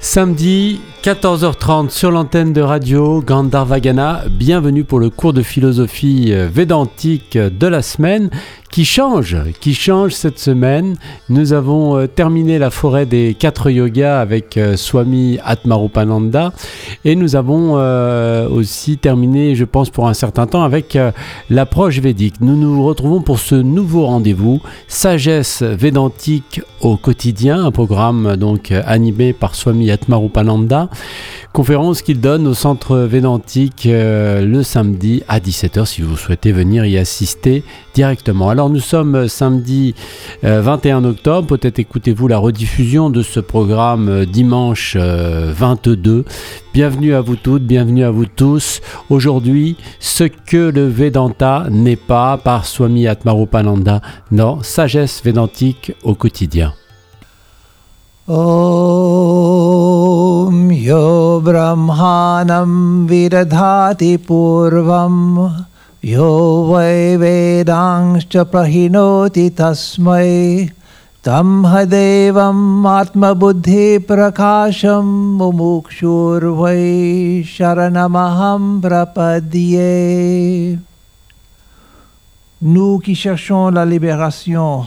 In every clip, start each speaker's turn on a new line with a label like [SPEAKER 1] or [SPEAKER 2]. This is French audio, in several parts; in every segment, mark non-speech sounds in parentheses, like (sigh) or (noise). [SPEAKER 1] Samedi, 14h30 sur l'antenne de radio Gandharvagana. Bienvenue pour le cours de philosophie euh, védantique euh, de la semaine qui change, qui change cette semaine. Nous avons euh, terminé la forêt des quatre yogas avec euh, Swami Atmarupananda et nous avons euh, aussi terminé, je pense pour un certain temps, avec euh, l'approche védique. Nous nous retrouvons pour ce nouveau rendez-vous Sagesse Védantique au quotidien, un programme euh, donc euh, animé par Swami Atmarupananda, conférence qu'il donne au centre Védantique euh, le samedi à 17h si vous souhaitez venir y assister directement. Alors nous sommes euh, samedi euh, 21 octobre, peut-être écoutez-vous la rediffusion de ce programme euh, dimanche euh, 22. Bienvenue à vous toutes, bienvenue à vous tous. Aujourd'hui, ce que le Vedanta n'est pas par Swami Atmarupananda dans Sagesse Védantique au quotidien.
[SPEAKER 2] ॐ यो ब्रह्माणं विदधाति पूर्वं यो वै वेदांश्च प्रहिणोति तस्मै तं हदेवम् आत्मबुद्धिप्रकाशं मुमुक्षुर्वै शरणमहं प्रपद्ये Nous qui cherchons la libération,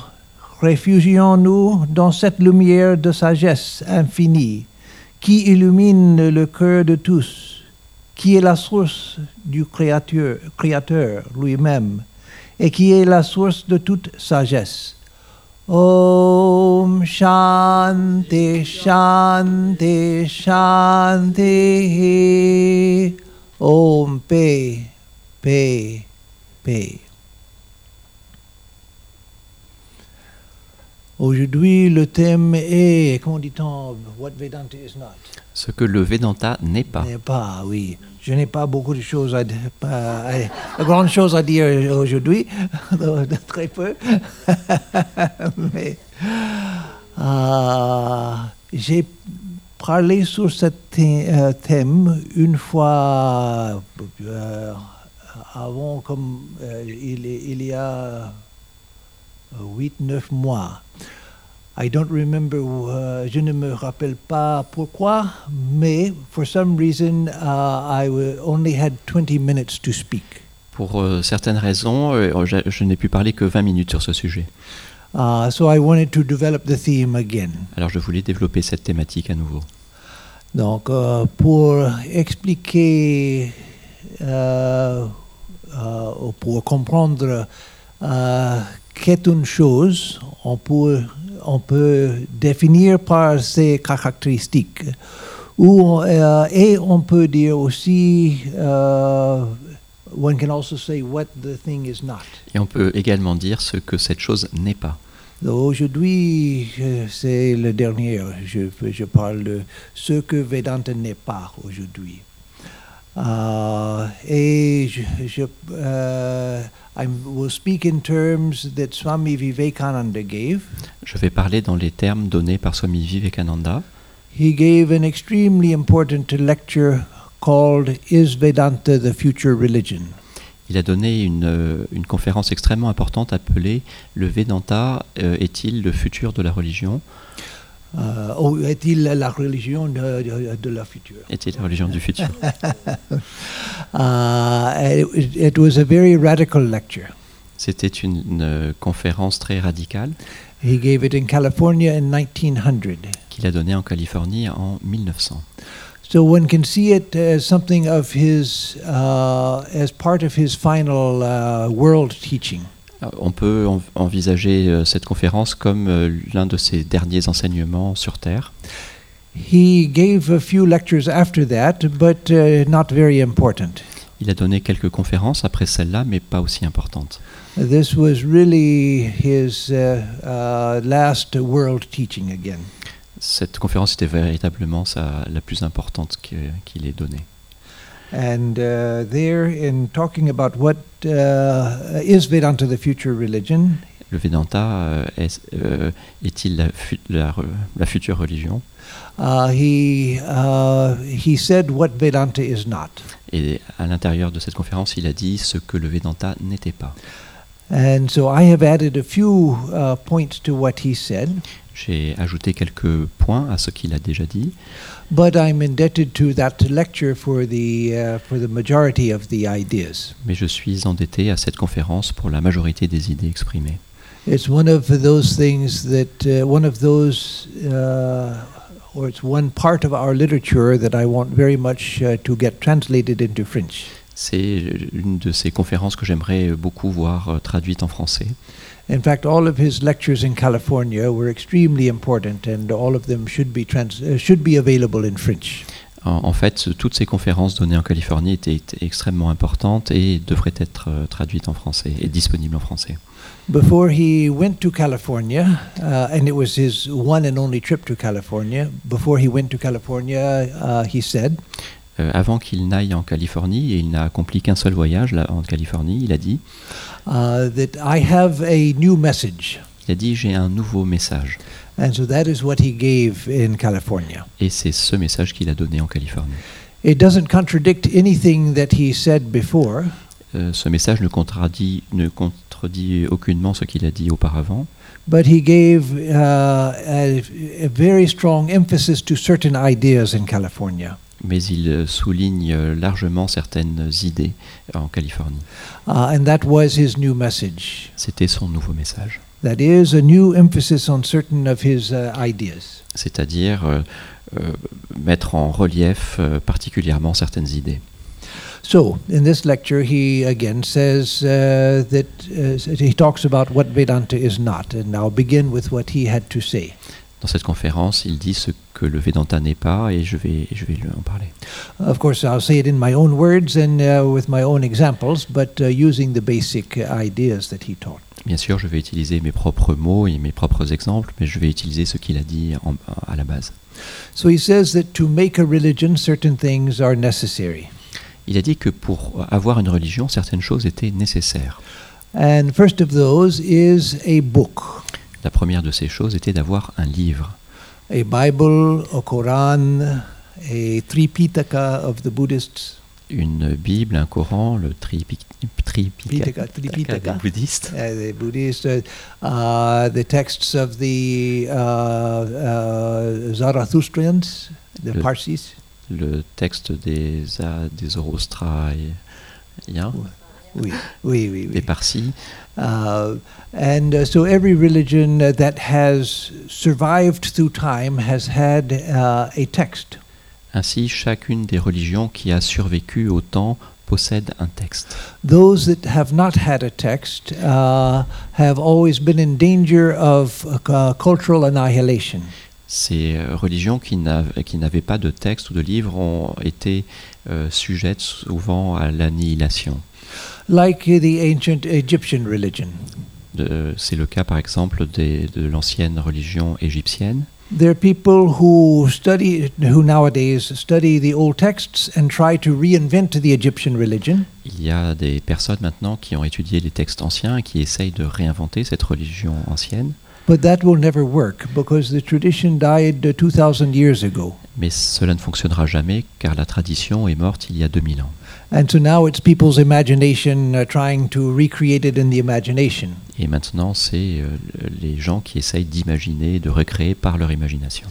[SPEAKER 2] réfugions-nous dans cette lumière de sagesse infinie qui illumine le cœur de tous, qui est la source du Créateur, créateur lui-même et qui est la source de toute sagesse. Om Shanti Shanti Shanti Om Paix Paix Paix Aujourd'hui, le thème est, comment dit-on, what Vedanta is not.
[SPEAKER 3] Ce que le Vedanta n'est pas.
[SPEAKER 2] N'est pas, oui. Je n'ai pas beaucoup de choses à, à- à- de grandes choses à dire aujourd'hui, (laughs) très peu. (laughs) Mais euh, j'ai parlé sur ce thé- euh, thème une fois euh, avant, comme euh, il, est- il y a 8-9 mois. I don't remember, uh, je ne me rappelle pas pourquoi, mais for some reason uh, I wa- only had 20 minutes to speak.
[SPEAKER 3] Pour euh, certaines raisons, euh, je, je n'ai pu parler que 20 minutes sur ce sujet.
[SPEAKER 2] Uh, so I wanted to develop the theme again.
[SPEAKER 3] Alors je voulais développer cette thématique à nouveau.
[SPEAKER 2] Donc, euh, pour expliquer, euh, euh, ou pour comprendre euh, qu'est une chose, on peut, on peut définir par ses caractéristiques. Ou, euh, et on peut dire aussi, euh, one can also say what the thing is not.
[SPEAKER 3] Et on peut également dire ce que cette chose n'est pas.
[SPEAKER 2] Donc, Aujourd'hui, euh, c'est le dernier. Je, je parle de ce que Vedanta n'est pas aujourd'hui. Uh, et je, je euh, I will speak in terms that Swami Vivekananda gave.
[SPEAKER 3] Je vais parler dans les termes donnés par Swami Vivekananda.
[SPEAKER 2] He gave an extremely important lecture called "Is Vedanta the Future Religion?"
[SPEAKER 3] Il a donné une, euh, une conférence extrêmement importante appelée Le Vedanta euh, est-il le futur de la religion
[SPEAKER 2] Euh, ou est-il la religion de- de- de la future?
[SPEAKER 3] Est-il la religion du futur
[SPEAKER 2] Uh, it, it was a very radical lecture.
[SPEAKER 3] C'était une, une, euh, conférence très radicale
[SPEAKER 2] He gave it in California in 1900.
[SPEAKER 3] qu'il a donnée en Californie en 1900.
[SPEAKER 2] So one can see it as something of his, uh, as part of his final uh, world teaching.
[SPEAKER 3] Euh, On peut en- envisager euh, cette conférence comme euh, l'un de ses derniers enseignements sur Terre.
[SPEAKER 2] He gave a few lectures after that, but uh, not very important.
[SPEAKER 3] Il a donné quelques conférences après celle-là, mais pas aussi importantes.
[SPEAKER 2] This was really his uh, uh, last world teaching again.
[SPEAKER 3] Cette conférence était véritablement sa- la plus importante que- qu'il ait donnée.
[SPEAKER 2] And uh, there, in talking about what uh, is Vedanta the future religion,
[SPEAKER 3] Le Vedanta euh, est- euh, est-il la, fu- la re- la future religion
[SPEAKER 2] uh, he, uh, he said what Vedanta is not.
[SPEAKER 3] Et à l'intérieur de cette conférence, il a dit ce que le Vedanta n'était pas.
[SPEAKER 2] And so I have added a few uh, points to what he said,
[SPEAKER 3] J'ai ajouté quelques points à ce qu'il a déjà dit,
[SPEAKER 2] but I'm indebted to that lecture for the, uh, for the majority of the ideas.
[SPEAKER 3] mais je suis endetté à cette conférence pour la majorité des idées exprimées.
[SPEAKER 2] It's one of those things that, uh, one of those, uh, or it's one part of our literature that I want very much uh, to get translated into French.
[SPEAKER 3] C'est une de ces conférences que j'aimerais beaucoup voir euh, traduite en français.
[SPEAKER 2] In fact, all of his lectures in California were extremely important, and all of them should be, trans- uh, should be available in French.
[SPEAKER 3] En, en fait, ce- toutes ces conférences données en Californie étaient, étaient extrêmement importantes et devraient être euh, traduites en français et disponibles en français.
[SPEAKER 2] Before he went to California, uh, and it was his one and only trip to California, before he went to California, uh, he said,
[SPEAKER 3] Euh, avant qu'il n'aille en Californie, et il n'a accompli qu'un seul voyage là, en Californie, il a dit,
[SPEAKER 2] uh, that I have a new message.
[SPEAKER 3] il a dit j'ai un nouveau message.
[SPEAKER 2] And so that is what he gave in California.
[SPEAKER 3] Et c'est ce message qu'il a donné en Californie.
[SPEAKER 2] It doesn't contradict anything that he said before,
[SPEAKER 3] Euh, ce message ne contradit, ne contredit aucunement ce qu'il a dit auparavant,
[SPEAKER 2] but he gave uh, a, a very strong emphasis to certain ideas in California.
[SPEAKER 3] mais il euh, souligne euh, largement certaines idées euh, en Californie.
[SPEAKER 2] Uh, and that was his new message.
[SPEAKER 3] C'était son nouveau message,
[SPEAKER 2] That is a new emphasis on certain of his uh, ideas.
[SPEAKER 3] c'est-à-dire euh, euh, mettre en relief euh, particulièrement certaines idées.
[SPEAKER 2] So, in this lecture, he again says uh, that uh, he talks about what Vedanta is not, and I'll begin with what he had to say.
[SPEAKER 3] Dans cette conférence, il dit ce que le Vedanta n'est pas, et je vais, je vais le- en parler.
[SPEAKER 2] Of course, I'll say it in my own words and uh, with my own examples, but uh, using the basic uh, ideas that he taught.
[SPEAKER 3] Bien sûr, je vais utiliser mes propres mots et mes propres exemples, mais je vais utiliser ce qu'il a dit en- à la base.
[SPEAKER 2] So he says that to make a religion, certain things are necessary.
[SPEAKER 3] Il a dit que pour avoir une religion, certaines choses étaient nécessaires.
[SPEAKER 2] And first of those is a book
[SPEAKER 3] La première de ces choses était d'avoir un livre,
[SPEAKER 2] a Bible, a Quran, a Tripitaka of the Buddhists,
[SPEAKER 3] une Bible, un Coran, le Tripi- Tripitaka
[SPEAKER 2] Pitaka,
[SPEAKER 3] des
[SPEAKER 2] Tripitaka.
[SPEAKER 3] bouddhistes,
[SPEAKER 2] Uh, the Buddhists, uh, uh, the texts of the uh, uh, Zarathustrians, the
[SPEAKER 3] Le-
[SPEAKER 2] Parsis,
[SPEAKER 3] le texte des, A- des Zoroastriens,
[SPEAKER 2] oui, oui, oui,
[SPEAKER 3] des
[SPEAKER 2] oui.
[SPEAKER 3] Parsis.
[SPEAKER 2] Uh, and uh, so every religion uh, that has survived through time has had uh, a text.
[SPEAKER 3] Ainsi, chacune des religions qui a survécu au temps possède un texte.
[SPEAKER 2] Those that have not had a text uh, have always been in danger of uh, cultural annihilation.
[SPEAKER 3] Ces euh, religions qui n'av- qui n'avaient pas de texte ou de livre ont été euh, sujettes souvent à l'annihilation.
[SPEAKER 2] Like uh, the ancient Egyptian religion.
[SPEAKER 3] De- C'est le cas par exemple des- de l'ancienne religion égyptienne.
[SPEAKER 2] There are people who study, who nowadays study the old texts and try to reinvent the Egyptian religion.
[SPEAKER 3] Il y a des personnes maintenant qui ont étudié les textes anciens et qui essayent de réinventer cette religion ancienne,
[SPEAKER 2] But that will never work because the tradition died uh, 2,000 years ago.
[SPEAKER 3] mais cela ne fonctionnera jamais car la tradition est morte il y a 2000 ans.
[SPEAKER 2] And so now it's people's imagination uh, trying to recreate it in the imagination.
[SPEAKER 3] Et maintenant, c'est euh, les gens qui essayent d'imaginer, de recréer par leur imagination.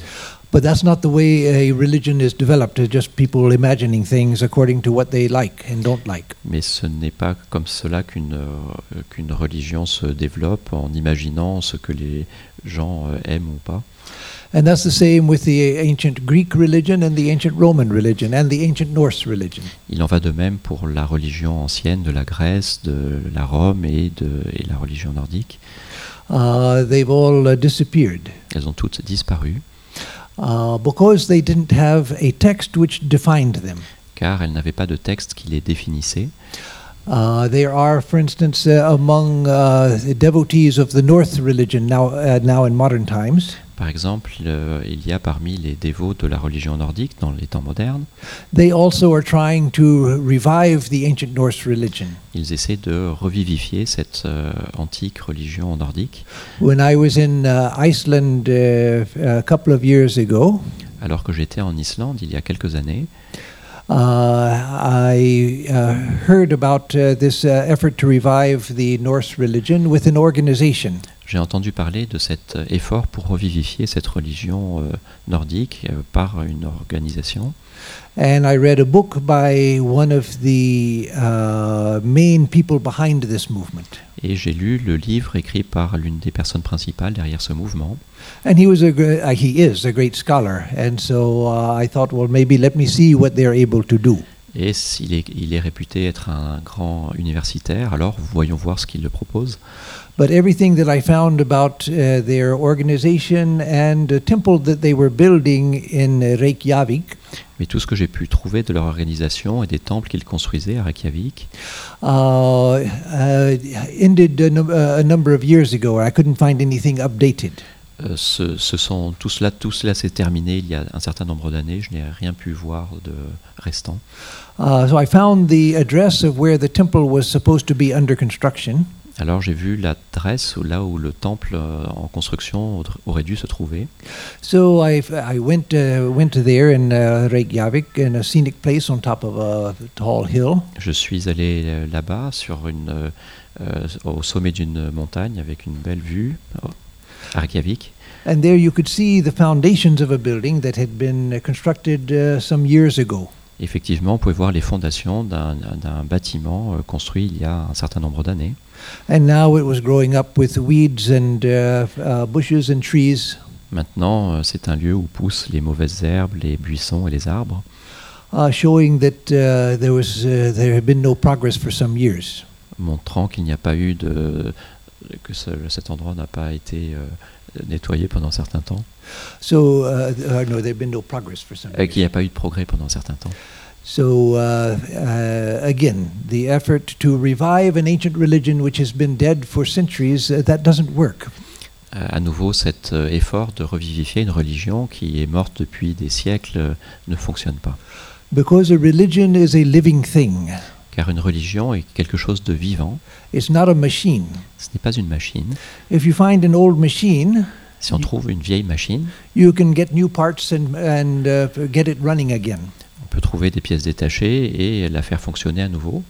[SPEAKER 2] But that's not the way a religion is developed, it's just people imagining things according to what they like and don't like.
[SPEAKER 3] Mais ce n'est pas comme cela qu'une euh, qu'une religion se développe en imaginant ce que les gens euh, aiment ou pas.
[SPEAKER 2] And that's the same with the ancient Greek religion and the ancient Roman religion and the ancient Norse religion.
[SPEAKER 3] Il en va de même pour la religion ancienne de la Grèce, de la Rome et de et la religion nordique.
[SPEAKER 2] Uh, they've all uh, disappeared.
[SPEAKER 3] Elles ont toutes disparu
[SPEAKER 2] uh, because they didn't have a text which defined them.
[SPEAKER 3] car elles n'avaient pas de texte qui les définissait.
[SPEAKER 2] Uh, there are, for instance, uh, among uh, the devotees of the North religion now, uh, now in modern times,
[SPEAKER 3] Par exemple, euh, il y a parmi les dévots de la religion nordique dans les temps modernes,
[SPEAKER 2] they also are trying to revive the ancient Norse religion.
[SPEAKER 3] ils essaient de revivifier cette euh, antique religion nordique.
[SPEAKER 2] When I was in uh, Iceland uh, f- a couple of years ago,
[SPEAKER 3] Alors que j'étais en Islande il y a quelques années,
[SPEAKER 2] Uh, I uh, heard about uh, this uh, effort to revive the Norse religion with an organization.
[SPEAKER 3] J'ai entendu parler de cet euh, effort pour revivifier cette religion euh, nordique euh, par une organisation.
[SPEAKER 2] And I read a book by one of the uh, main people behind this movement.
[SPEAKER 3] Et j'ai lu le livre écrit par l'une des personnes principales derrière ce mouvement.
[SPEAKER 2] And he was a gre- uh, he is a great scholar. And so uh, I thought, well, maybe let me see what they're able to do.
[SPEAKER 3] Et s'il est, il est réputé être un grand universitaire, alors voyons voir ce qu'il le propose.
[SPEAKER 2] But everything that I found about uh, their organization and a temple that they were building in uh, Reykjavik
[SPEAKER 3] Mais tout ce que j'ai pu trouver de leur organisation et des temples qu'ils construisaient à Reykjavik,
[SPEAKER 2] uh, uh, ended a, num- uh, a number of years ago, or I couldn't find anything updated.
[SPEAKER 3] euh, ce, ce sont, tout cela, tout cela s'est terminé il y a un certain nombre d'années. Je n'ai rien pu voir de restant.
[SPEAKER 2] Uh, so I found the address of where the temple was supposed to be under construction,
[SPEAKER 3] Alors j'ai vu l'adresse où- là où le temple euh, en construction audr- aurait dû se trouver.
[SPEAKER 2] so I, I went uh, went there in uh, Reykjavik in a scenic place on top of a tall hill,
[SPEAKER 3] Je suis allé euh, là-bas sur une, euh, euh, au sommet d'une montagne avec une belle vue oh, à Reykjavik.
[SPEAKER 2] and there you could see the foundations of a building that had been uh, constructed uh, some years ago.
[SPEAKER 3] Effectivement, on pouvait voir les fondations d'un- d'un bâtiment euh, construit il y a un certain nombre d'années.
[SPEAKER 2] And now it was growing up with weeds and uh, uh, bushes and trees.
[SPEAKER 3] Maintenant, euh, c'est un lieu où poussent les mauvaises herbes, les buissons et les arbres,
[SPEAKER 2] Uh, showing that uh, there was uh, there had been no progress for some years.
[SPEAKER 3] montrant qu'il n'y a pas eu de que ce- cet endroit n'a pas été euh, nettoyé pendant un certain temps,
[SPEAKER 2] So uh, th- uh, no, there had been no progress for some
[SPEAKER 3] euh, qu'il n'y
[SPEAKER 2] years.
[SPEAKER 3] a pas eu de progrès pendant un certain temps.
[SPEAKER 2] So uh, uh, again, the effort to revive an ancient religion which has been dead for centuries uh, that doesn't work.
[SPEAKER 3] Euh, à nouveau, cet euh, effort de revivifier une religion qui est morte depuis des siècles euh, ne fonctionne pas,
[SPEAKER 2] Because a religion is a living thing.
[SPEAKER 3] car une religion est quelque chose de vivant.
[SPEAKER 2] It's not a machine.
[SPEAKER 3] Ce n'est pas une machine.
[SPEAKER 2] If you find an old machine,
[SPEAKER 3] Si on trouve une vieille machine,
[SPEAKER 2] you can get new parts and, and uh, get it running again.
[SPEAKER 3] on peut trouver des pièces détachées et la faire fonctionner à nouveau.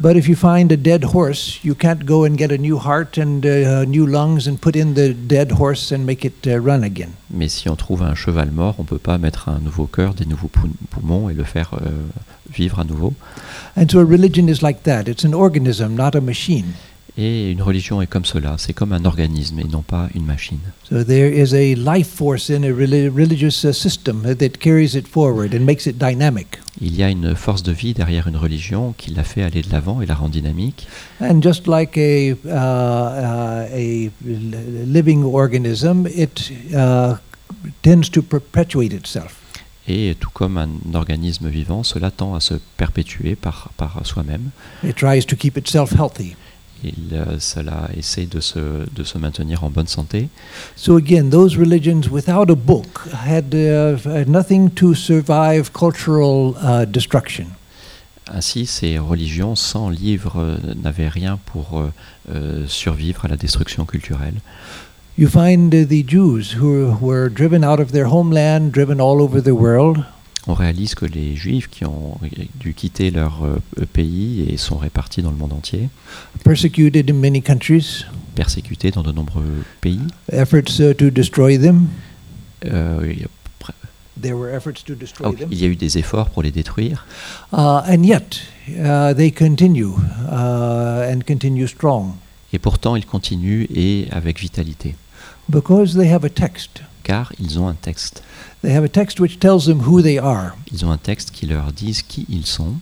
[SPEAKER 2] But if you find a dead horse, you can't go and get a new heart and uh, new lungs and put in the dead horse and make it uh, run again.
[SPEAKER 3] Mais si on trouve un cheval mort, on ne peut pas mettre un nouveau cœur, des nouveaux pou- poumons et le faire euh, vivre à nouveau.
[SPEAKER 2] And so a religion is like that. It's an organism, not a machine.
[SPEAKER 3] Et une religion est comme cela, c'est comme un organisme et non pas une machine.
[SPEAKER 2] So there is a life force in a reli- religious uh, system that carries it forward and makes it dynamic.
[SPEAKER 3] Il y a une force de vie derrière une religion qui la fait aller de l'avant et la rend dynamique.
[SPEAKER 2] And just like a, uh, uh, a li- living organism, it uh, tends to perpetuate itself.
[SPEAKER 3] Et tout comme un organisme vivant, cela tend à se perpétuer par, par soi-même.
[SPEAKER 2] It tries to keep itself healthy.
[SPEAKER 3] Il, euh, cela essaie de se, de se maintenir en bonne santé.
[SPEAKER 2] So again, those religions without a book had uh, had nothing to survive cultural uh, destruction.
[SPEAKER 3] Ainsi, ces religions sans livre euh, n'avaient rien pour euh, euh, survivre à la destruction culturelle.
[SPEAKER 2] You find uh, the Jews who were driven out of their homeland, driven all over the world,
[SPEAKER 3] On réalise que les juifs qui ont dû quitter leur euh, pays et sont répartis dans le monde entier,
[SPEAKER 2] persecuted in many countries,
[SPEAKER 3] persécutés dans de nombreux pays,
[SPEAKER 2] efforts uh, to destroy them.
[SPEAKER 3] euh, il y a pr-
[SPEAKER 2] There were efforts to destroy
[SPEAKER 3] donc,
[SPEAKER 2] them.
[SPEAKER 3] il y a eu des efforts pour les détruire,
[SPEAKER 2] Uh, and yet, uh, they continue uh, and continue strong
[SPEAKER 3] et pourtant ils continuent et avec vitalité,
[SPEAKER 2] because they have a text.
[SPEAKER 3] car ils ont un texte.
[SPEAKER 2] They have a text which tells them who they are.
[SPEAKER 3] Ils ont un texte qui leur dise qui ils sont,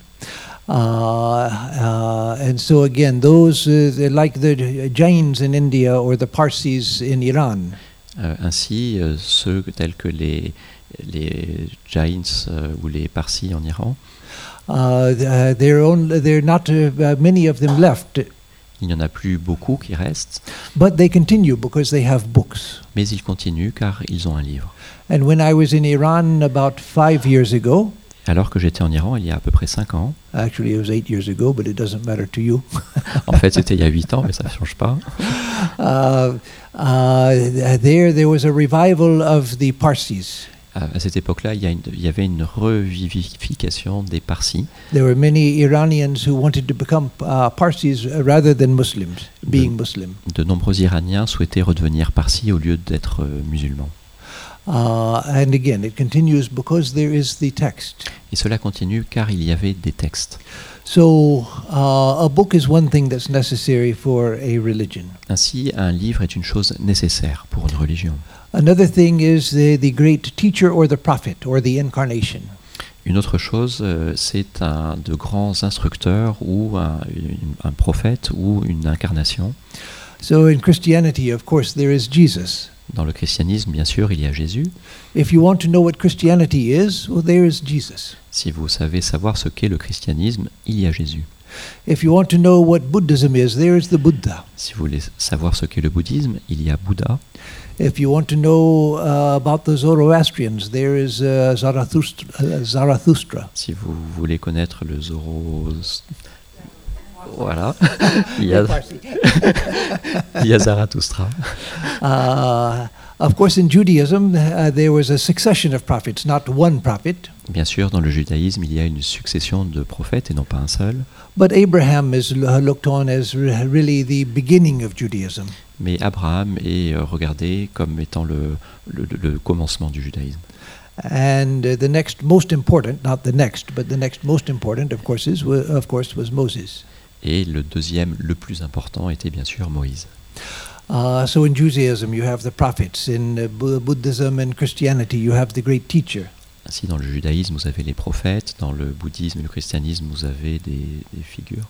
[SPEAKER 2] Uh, uh, and so again, those uh, they're like the Jains in India or the Parsis in Iran,
[SPEAKER 3] Euh, ainsi euh, ceux que- tels que les, les Jains euh, ou les Parsis en Iran.
[SPEAKER 2] uh, th- uh, they're, only, they're not uh, uh, many of them left,
[SPEAKER 3] Il n'y en a plus beaucoup qui restent,
[SPEAKER 2] but they continue because they have books.
[SPEAKER 3] mais ils continuent car ils ont un livre.
[SPEAKER 2] And when I was in Iran about five years ago,
[SPEAKER 3] Alors que j'étais en Iran il y a à peu près 5 ans,
[SPEAKER 2] actually it was eight years ago, but it doesn't matter to you.
[SPEAKER 3] en fait c'était il y a 8 ans mais ça ne change pas,
[SPEAKER 2] Uh, uh, th- there, there was a revival of the Parsis.
[SPEAKER 3] Ah, à cette époque-là, il, y a une- il y avait une revivification des Parsis.
[SPEAKER 2] There were many Iranians who wanted to become uh, Parsis uh, rather than Muslims, being Muslim.
[SPEAKER 3] De nombreux Iraniens souhaitaient redevenir Parsis au lieu d'être euh, musulmans.
[SPEAKER 2] Uh, and again, it continues because there is the text.
[SPEAKER 3] Et cela continue car il y avait des textes.
[SPEAKER 2] So, uh, a book is one thing that's necessary for a religion.
[SPEAKER 3] Ainsi, un livre est une chose nécessaire pour une religion.
[SPEAKER 2] Another thing is the, the great teacher or the prophet or the incarnation.
[SPEAKER 3] Une autre chose, euh, c'est un de grands instructeurs ou un, une- un prophète ou une incarnation.
[SPEAKER 2] So, in Christianity, of course, there is Jesus.
[SPEAKER 3] Dans le christianisme, bien sûr, il y a Jésus.
[SPEAKER 2] If you want to know what Christianity is, well, there is Jesus.
[SPEAKER 3] Si vous savez savoir ce qu'est le christianisme, il y a Jésus.
[SPEAKER 2] If you want to know what Buddhism is, there is the Buddha.
[SPEAKER 3] Si vous voulez savoir ce qu'est le bouddhisme, il y a Bouddha.
[SPEAKER 2] If you want to know uh, about the Zoroastrians, there is uh, Zarathustra. Uh, Zarathustra.
[SPEAKER 3] Si vous voulez connaître le Zoro... Voilà. il, y a, il y a Zarathustra.
[SPEAKER 2] (laughs) Uh, of course, in Judaism, uh, there was a succession of prophets, not one prophet.
[SPEAKER 3] Bien sûr, dans le judaïsme, il y a une succession de prophètes et non pas un seul.
[SPEAKER 2] But Abraham is l- looked on as re- really the beginning of Judaism.
[SPEAKER 3] Mais Abraham est euh, regardé comme étant le, le- le commencement du judaïsme.
[SPEAKER 2] And uh, the next most important, not the next, but the next most important, of course, is, wa- of course, was Moses.
[SPEAKER 3] Et le deuxième, le plus important, était bien sûr Moïse.
[SPEAKER 2] Uh, so in Judaism, you have the prophets. In uh, Bu- Buddhism and Christianity, you have the great teacher.
[SPEAKER 3] Ainsi, dans le judaïsme, vous avez les prophètes, dans le bouddhisme et le christianisme, vous avez des, des figures.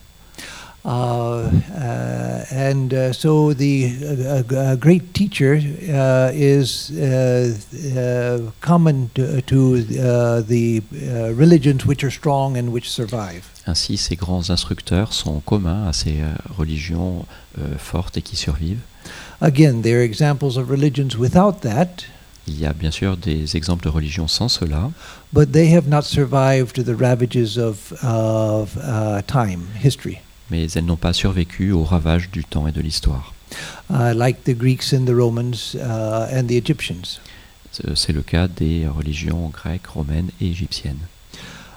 [SPEAKER 2] Uh, uh, and uh, so the uh, g- uh, great teacher uh, is uh, uh, common to, to uh, the uh, religions which are strong and which survive.
[SPEAKER 3] Ainsi, ces grands instructeurs sont communs à ces euh, religions euh, fortes et qui survivent.
[SPEAKER 2] Again, there are examples of religions without that,
[SPEAKER 3] Il y a bien sûr des exemples de religions sans cela,
[SPEAKER 2] but they have not survived the ravages of, of uh, time, history,
[SPEAKER 3] mais elles n'ont pas survécu aux ravages du temps et de l'histoire.
[SPEAKER 2] uh, like the Greeks and the Romans uh, and the Egyptians.
[SPEAKER 3] C'est c'est le cas des religions grecques, romaines et égyptiennes.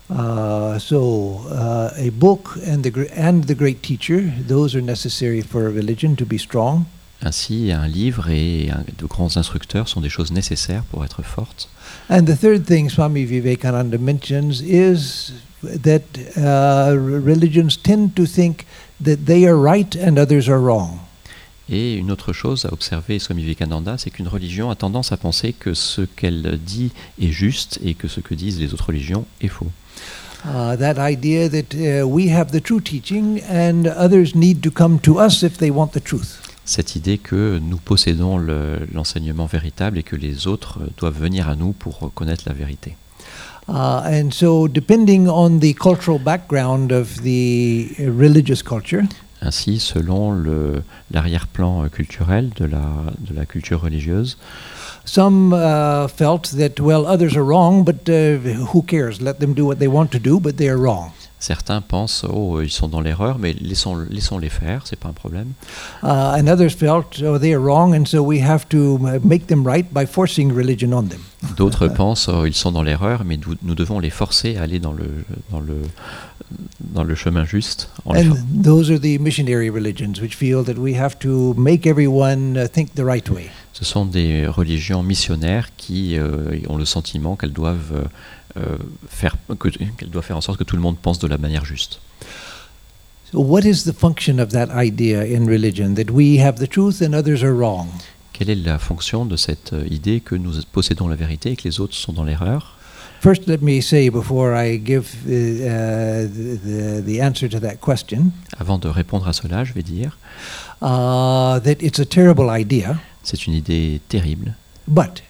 [SPEAKER 2] Uh, so uh, a book and the gr- and the great teacher those are necessary for a religion to be strong
[SPEAKER 3] Ainsi, un livre et un- de grands instructeurs sont des choses nécessaires pour être fortes.
[SPEAKER 2] and the third thing swami vivekananda mentions is that uh, r- religions tend to think that they are right and others are wrong
[SPEAKER 3] Et une autre chose à observer, Swami Vivekananda, c'est qu'une religion a tendance à penser que ce qu'elle dit est juste et que ce que disent les autres religions est faux.
[SPEAKER 2] uh, that idea that uh, we have the true teaching and others need to come to us if they want the truth
[SPEAKER 3] Cette idée que nous possédons le- l'enseignement véritable et que les autres euh, doivent venir à nous pour connaître la vérité.
[SPEAKER 2] uh, and so depending on the cultural background of the uh, religious culture
[SPEAKER 3] Ainsi, selon le- l'arrière-plan euh, culturel de la, de la culture religieuse,
[SPEAKER 2] Some uh, felt that, well, others are wrong, but uh, who cares? Let them do what they want to do, but they are wrong.
[SPEAKER 3] certains pensent Oh, ils sont dans l'erreur, mais laissons- laissons-les faire, c'est pas un problème.
[SPEAKER 2] Uh, and others felt, oh, they are wrong, and so we have to uh, make them right by forcing religion on them.
[SPEAKER 3] D'autres pensent oh, ils sont dans l'erreur, mais nous, nous devons les forcer à aller dans le, dans le, dans le chemin juste. En les for-
[SPEAKER 2] And those are the missionary religions, which feel that we have to make everyone uh, think the right way.
[SPEAKER 3] Ce sont des religions missionnaires qui euh, ont le sentiment qu'elles doivent, euh, euh, faire, que- qu'elles doivent faire en sorte que tout le monde pense de la manière juste.
[SPEAKER 2] So, what is the function of that idea in religion, that we have the truth and others are wrong?
[SPEAKER 3] Quelle est la fonction de cette euh, idée que nous possédons la vérité et que les autres sont dans l'erreur
[SPEAKER 2] First, let me say before I give uh, uh, the, the answer to that question
[SPEAKER 3] Avant de répondre à cela, je vais dire,
[SPEAKER 2] uh, that it's a terrible idea.
[SPEAKER 3] c'est une idée terrible,
[SPEAKER 2] But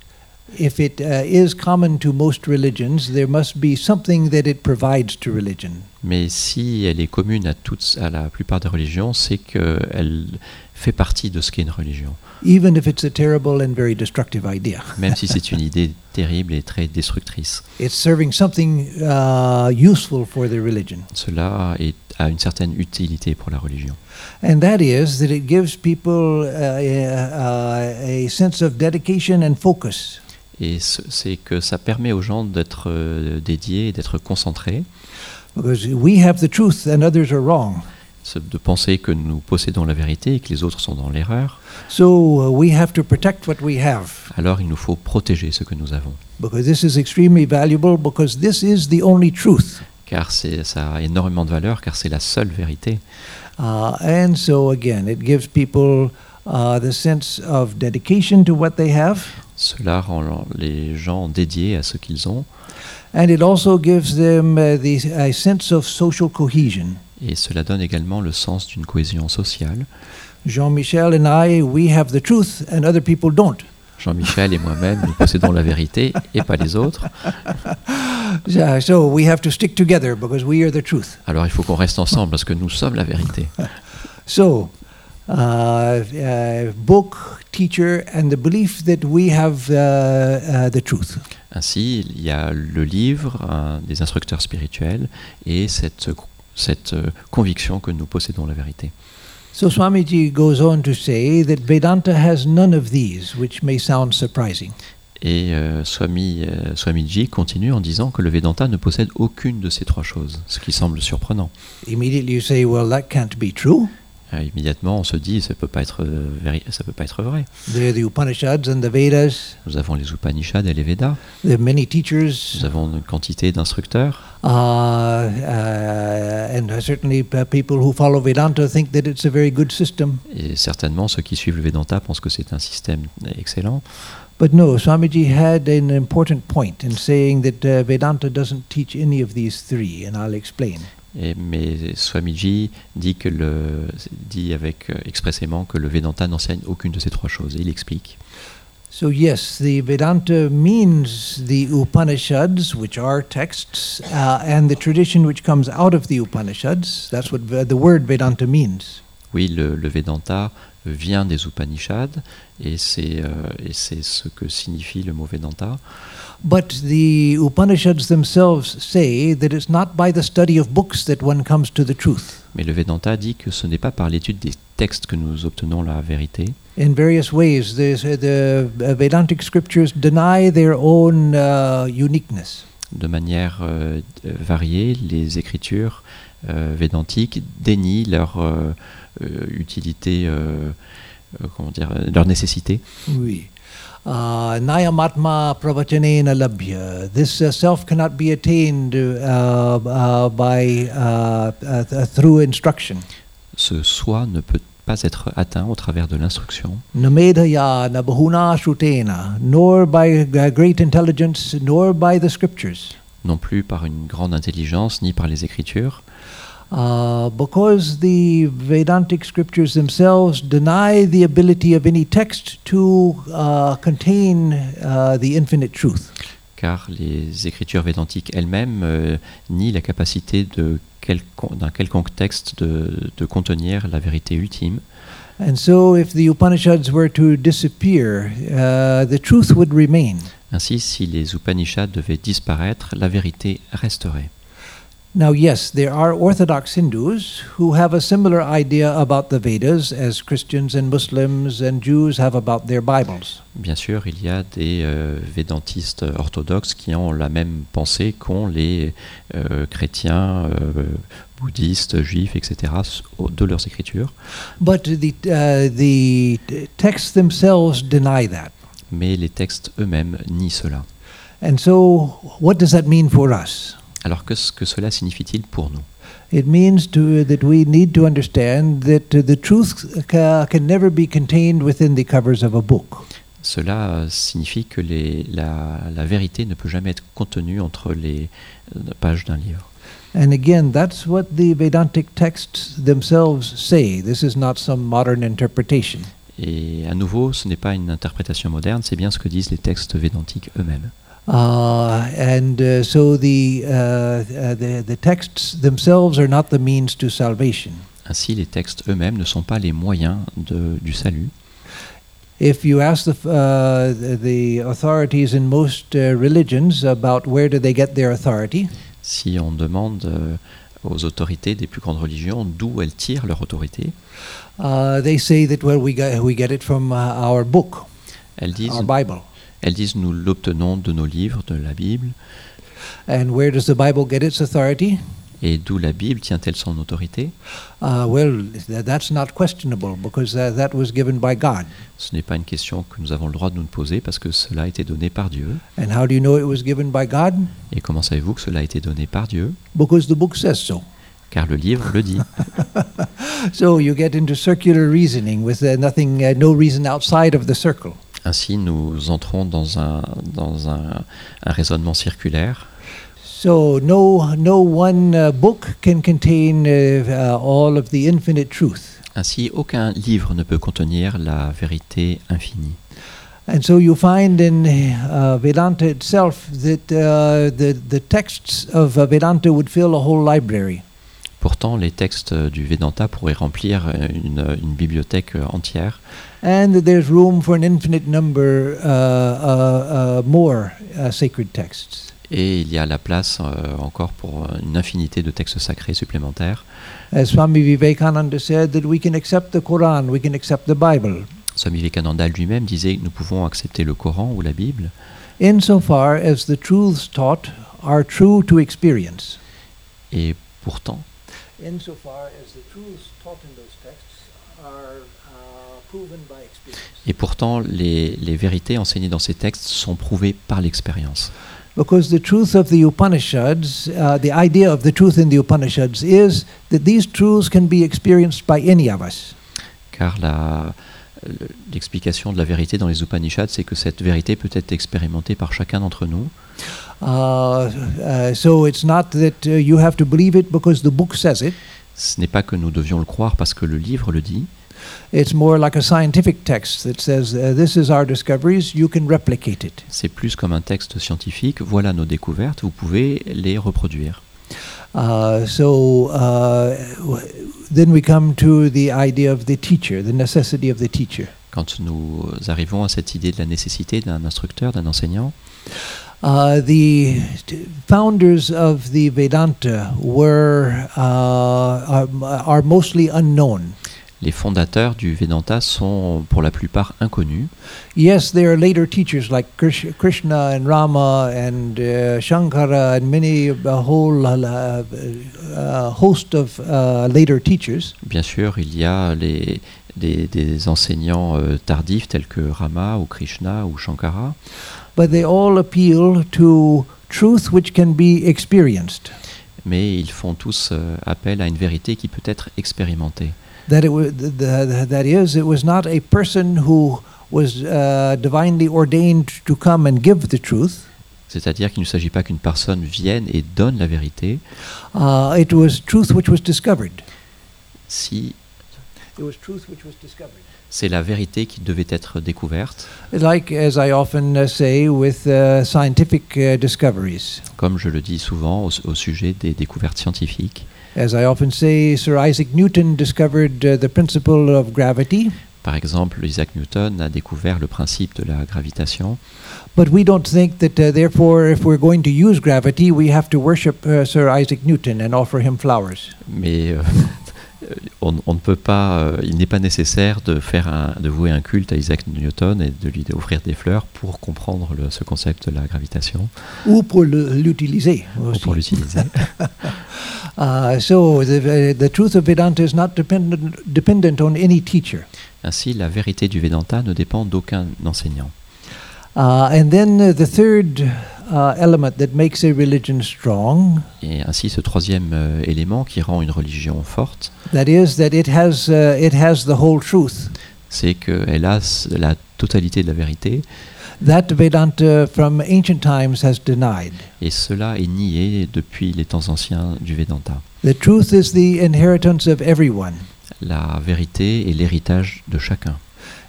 [SPEAKER 2] if it uh, is common to most religions, there must be something that it provides to religion.
[SPEAKER 3] mais si elle est commune à, toutes, à la plupart des religions, c'est qu'elle fait partie de ce qu'est une religion.
[SPEAKER 2] Even if it's a terrible and very destructive idea,
[SPEAKER 3] même si c'est une idée terrible et très destructrice.
[SPEAKER 2] it's serving something uh, useful for the religion.
[SPEAKER 3] Cela est, a une certaine utilité pour la religion.
[SPEAKER 2] And that is that uh, it gives people uh, a, a sense of dedication and focus.
[SPEAKER 3] Et c'est que ça permet aux gens d'être euh, dédiés, d'être concentrés.
[SPEAKER 2] Because we have the truth and others are wrong.
[SPEAKER 3] de penser que nous possédons la vérité et que les autres sont dans l'erreur.
[SPEAKER 2] So uh, we have to protect what we have.
[SPEAKER 3] Alors il nous faut protéger ce que nous avons,
[SPEAKER 2] Because this is extremely valuable because this is the only truth.
[SPEAKER 3] car c'est- ça a énormément de valeur, car c'est la seule vérité.
[SPEAKER 2] Uh, and so again, it gives people uh, the sense of dedication to what they have.
[SPEAKER 3] Cela rend les gens dédiés à ce qu'ils ont,
[SPEAKER 2] And it also gives them uh, the, a sense of social cohesion.
[SPEAKER 3] et cela donne également le sens d'une cohésion sociale.
[SPEAKER 2] Jean Michel and I, we have the truth, and other people don't.
[SPEAKER 3] Jean-Michel et moi-même, nous possédons la vérité et pas les autres.
[SPEAKER 2] So- So we have to stick together because we are the truth.
[SPEAKER 3] Alors il faut qu'on reste ensemble parce que nous sommes la vérité.
[SPEAKER 2] So, uh, uh, book, teacher, and the belief that we have uh, uh, the truth.
[SPEAKER 3] Ainsi, il y a le livre un- des instructeurs spirituels et cette, cette euh, conviction que nous possédons la vérité.
[SPEAKER 2] So Swamiji goes on to say that Vedanta has none of these, which may sound surprising.
[SPEAKER 3] Et euh, Swami, euh, Swamiji continue en disant que le Vedanta ne possède aucune de ces trois choses, ce qui semble surprenant.
[SPEAKER 2] Immediately you say, well, that can't be true.
[SPEAKER 3] Euh, immédiatement, on se dit ça peut pas être euh, véri- ça peut pas être vrai.
[SPEAKER 2] They're the Upanishads and the Vedas.
[SPEAKER 3] Nous avons les Upanishads et les Vedas.
[SPEAKER 2] There are many
[SPEAKER 3] Nous
[SPEAKER 2] teachers,
[SPEAKER 3] avons une quantité d'instructeurs.
[SPEAKER 2] uh, uh, and certainly uh, people who follow Vedanta think that it's a very good system.
[SPEAKER 3] Et certainement, ceux qui suivent le Vedanta pensent que c'est un système excellent.
[SPEAKER 2] But no, Swamiji had an important point in saying that uh, Vedanta doesn't teach any of these three, and I'll explain.
[SPEAKER 3] Et- mais Swamiji dit, que le, dit avec, euh, expressément que le Vedanta n'enseigne aucune de ces trois choses. Et il explique.
[SPEAKER 2] So, yes, the Vedanta means the Upanishads, which are texts, uh, and the tradition which comes out of the Upanishads. That's what ve- the word Vedanta means.
[SPEAKER 3] Oui, le, le Vedanta vient des Upanishads et c'est euh, et c'est ce que signifie le mot Vedanta.
[SPEAKER 2] But the Upanishads themselves say that it's not by the study of books that one comes to the truth.
[SPEAKER 3] Mais le Vedanta dit que ce n'est pas par l'étude des textes que nous obtenons la vérité.
[SPEAKER 2] In various ways, there's, uh, the uh, Vedantic scriptures deny their own uh, uniqueness.
[SPEAKER 3] De manière euh, euh, variée, les écritures euh, védantiques dénient leur euh, euh, utilité, euh, euh, comment dire, euh, leur nécessité.
[SPEAKER 2] Oui. Uh, Nayamatma pravachanena labhya. This uh, self cannot be attained uh, uh, by uh, uh, th- through instruction.
[SPEAKER 3] Ce soi ne peut pas être atteint au travers de l'instruction,
[SPEAKER 2] Namedhaya nabhuna shrutena, nor by uh, great intelligence, nor by the scriptures.
[SPEAKER 3] non plus par une grande intelligence ni par les écritures,
[SPEAKER 2] Uh, because the Vedantic scriptures themselves deny the ability of any text to uh, contain uh, the infinite truth.
[SPEAKER 3] car les écritures védantiques elles-mêmes euh, nient la capacité de quelcon- d'un quelconque texte de, de contenir la vérité ultime.
[SPEAKER 2] And so, if the Upanishads were to disappear, uh, the truth would remain.
[SPEAKER 3] Ainsi, si les Upanishads devaient disparaître, la vérité resterait.
[SPEAKER 2] Now, yes, there are Orthodox Hindus who have a similar idea about the Vedas as Christians and Muslims and Jews have about their Bibles.
[SPEAKER 3] Bien sûr, il y a des euh, védantistes orthodoxes qui ont la même pensée qu'ont les euh, chrétiens, euh, bouddhistes, juifs, etc., s- au- de leurs écritures.
[SPEAKER 2] But the, uh, the t- texts themselves deny that.
[SPEAKER 3] Mais les textes eux-mêmes nient cela.
[SPEAKER 2] And so, what does that mean for us?
[SPEAKER 3] Alors que ce que cela signifie-t-il pour nous
[SPEAKER 2] It means to, that we need to understand that uh, the truth ca- can never be contained within the covers of a book.
[SPEAKER 3] Cela euh, signifie que les- la, la vérité ne peut jamais être contenue entre les euh, pages d'un livre.
[SPEAKER 2] And again, that's what the Vedantic texts themselves say. This is not some modern interpretation.
[SPEAKER 3] Et à nouveau, ce n'est pas une interprétation moderne, c'est bien ce que disent les textes védantiques eux-mêmes.
[SPEAKER 2] Uh, and uh, so the, uh, uh, the, the texts themselves are not the means to salvation.
[SPEAKER 3] Ainsi, les textes eux-mêmes ne sont pas les moyens de- du salut.
[SPEAKER 2] If you ask the, uh, the- the authorities in most uh, religions about where do they get their authority,
[SPEAKER 3] Si on demande euh, aux autorités des plus grandes religions d'où elles tirent leur autorité,
[SPEAKER 2] uh, they say that, well, we, got, we get it from uh, our book,
[SPEAKER 3] elles disent,
[SPEAKER 2] bah. our Bible.
[SPEAKER 3] Elles disent nous l'obtenons de nos livres, de la Bible.
[SPEAKER 2] And where does the Bible get its authority?
[SPEAKER 3] Et d'où la Bible tient-elle son autorité
[SPEAKER 2] Uh, well, th- that's not questionable because uh, that was given by God.
[SPEAKER 3] Ce n'est pas une question que nous avons le droit de nous poser parce que cela a été donné par Dieu.
[SPEAKER 2] And how do you know it was given by God?
[SPEAKER 3] Et comment savez-vous que cela a été donné par Dieu
[SPEAKER 2] Because the book says so.
[SPEAKER 3] Car le livre le dit.
[SPEAKER 2] So you get into circular reasoning with uh, nothing, uh, no reason outside of the circle.
[SPEAKER 3] Ainsi, nous entrons dans un, dans un, un raisonnement circulaire.
[SPEAKER 2] So no, no one uh, book can contain uh, uh, all of the infinite truth.
[SPEAKER 3] Ainsi, aucun livre ne peut contenir la vérité infinie.
[SPEAKER 2] And so you find in uh, Vedanta itself that uh, the, the texts of uh, Vedanta would fill a whole library.
[SPEAKER 3] Pourtant, les textes du Vedanta pourraient remplir une, une bibliothèque entière
[SPEAKER 2] And that there's room for an infinite number uh, uh, uh, more uh, sacred texts.
[SPEAKER 3] et il y a la place euh, encore pour une infinité de textes sacrés supplémentaires.
[SPEAKER 2] As Swami Vivekananda said, that we can accept the Quran, we can accept the Bible,
[SPEAKER 3] Swami Vivekananda lui-même disait que nous pouvons accepter le Coran ou la Bible
[SPEAKER 2] insofar as the truths taught are true to experience.
[SPEAKER 3] Et pourtant,
[SPEAKER 2] Insofar as the truths taught in those texts are uh, proven by experience.
[SPEAKER 3] et pourtant les, les vérités enseignées dans ces textes sont prouvées par l'expérience.
[SPEAKER 2] Because the truth of the Upanishads, uh, the idea of the truth in the Upanishads is that these truths can be experienced by any of us.
[SPEAKER 3] Car la- le- l'explication de la vérité dans les Upanishads, c'est que cette vérité peut être expérimentée par chacun d'entre nous.
[SPEAKER 2] Uh, uh, so it's not that uh, you have to believe it because the book says it.
[SPEAKER 3] Ce n'est pas que nous devions le croire parce que le livre le dit,
[SPEAKER 2] It's more like a scientific text that says, uh, This is our discoveries, you can replicate it.
[SPEAKER 3] c'est plus comme un texte scientifique, voilà nos découvertes, vous pouvez les reproduire.
[SPEAKER 2] Uh, so uh, w- then we come to the idea of the teacher, the necessity of the teacher.
[SPEAKER 3] Quand nous arrivons à cette idée de la nécessité d'un instructeur, d'un enseignant,
[SPEAKER 2] Uh, the t- founders of the Vedanta were uh, are, are mostly unknown.
[SPEAKER 3] les fondateurs du Vedanta sont pour la plupart inconnus.
[SPEAKER 2] Yes, there are later teachers like Krish- Krishna and Rama and uh, Shankara and many a whole uh, uh, host of uh, later teachers.
[SPEAKER 3] Bien sûr, il y a les, des, des enseignants euh, tardifs tels que Rama ou Krishna ou Shankara,
[SPEAKER 2] but they all appeal to truth which can be experienced.
[SPEAKER 3] mais ils font tous euh, appel à une vérité qui peut être expérimentée.
[SPEAKER 2] That it wa- th- th- that is, it was not a person who was uh, divinely ordained to come and give the truth.
[SPEAKER 3] C'est-à-dire qu'il ne s'agit pas qu'une personne vienne et donne la vérité,
[SPEAKER 2] Uh, it was truth which was discovered.
[SPEAKER 3] si
[SPEAKER 2] It was truth which was discovered.
[SPEAKER 3] c'est la vérité qui devait être découverte,
[SPEAKER 2] Like as I often uh, say with uh, scientific uh, discoveries,
[SPEAKER 3] comme je le dis souvent au, au sujet des découvertes scientifiques.
[SPEAKER 2] as I often say, Sir Isaac Newton discovered uh, the principle of gravity,
[SPEAKER 3] Par exemple, Isaac Newton a découvert le principe de la gravitation,
[SPEAKER 2] But we don't think that, uh, therefore, if we're going to use gravity, we have to worship uh, Sir Isaac Newton and offer him flowers.
[SPEAKER 3] mais euh, (laughs) on, on ne peut pas, euh, il n'est pas nécessaire de, faire un- de vouer un culte à Isaac Newton et de lui offrir des fleurs pour comprendre le- ce concept de la gravitation,
[SPEAKER 2] Ou pour le- l'utiliser.
[SPEAKER 3] ou pour l'utiliser.
[SPEAKER 2] Uh, so the, the truth of Vedanta is not dependent, dependent on any teacher.
[SPEAKER 3] Ainsi, la vérité du Vedanta ne dépend d'aucun enseignant.
[SPEAKER 2] Uh, and then uh, the third uh, element that makes a religion strong,
[SPEAKER 3] Et ainsi, ce troisième euh, élément qui rend une religion forte,
[SPEAKER 2] that is that it has, uh, it has the whole truth.
[SPEAKER 3] c'est qu'elle a s- la totalité de la vérité,
[SPEAKER 2] That Vedanta from ancient times has denied.
[SPEAKER 3] et cela est nié depuis les temps anciens du Vedanta.
[SPEAKER 2] The truth is the inheritance of everyone.
[SPEAKER 3] La vérité est l'héritage de chacun.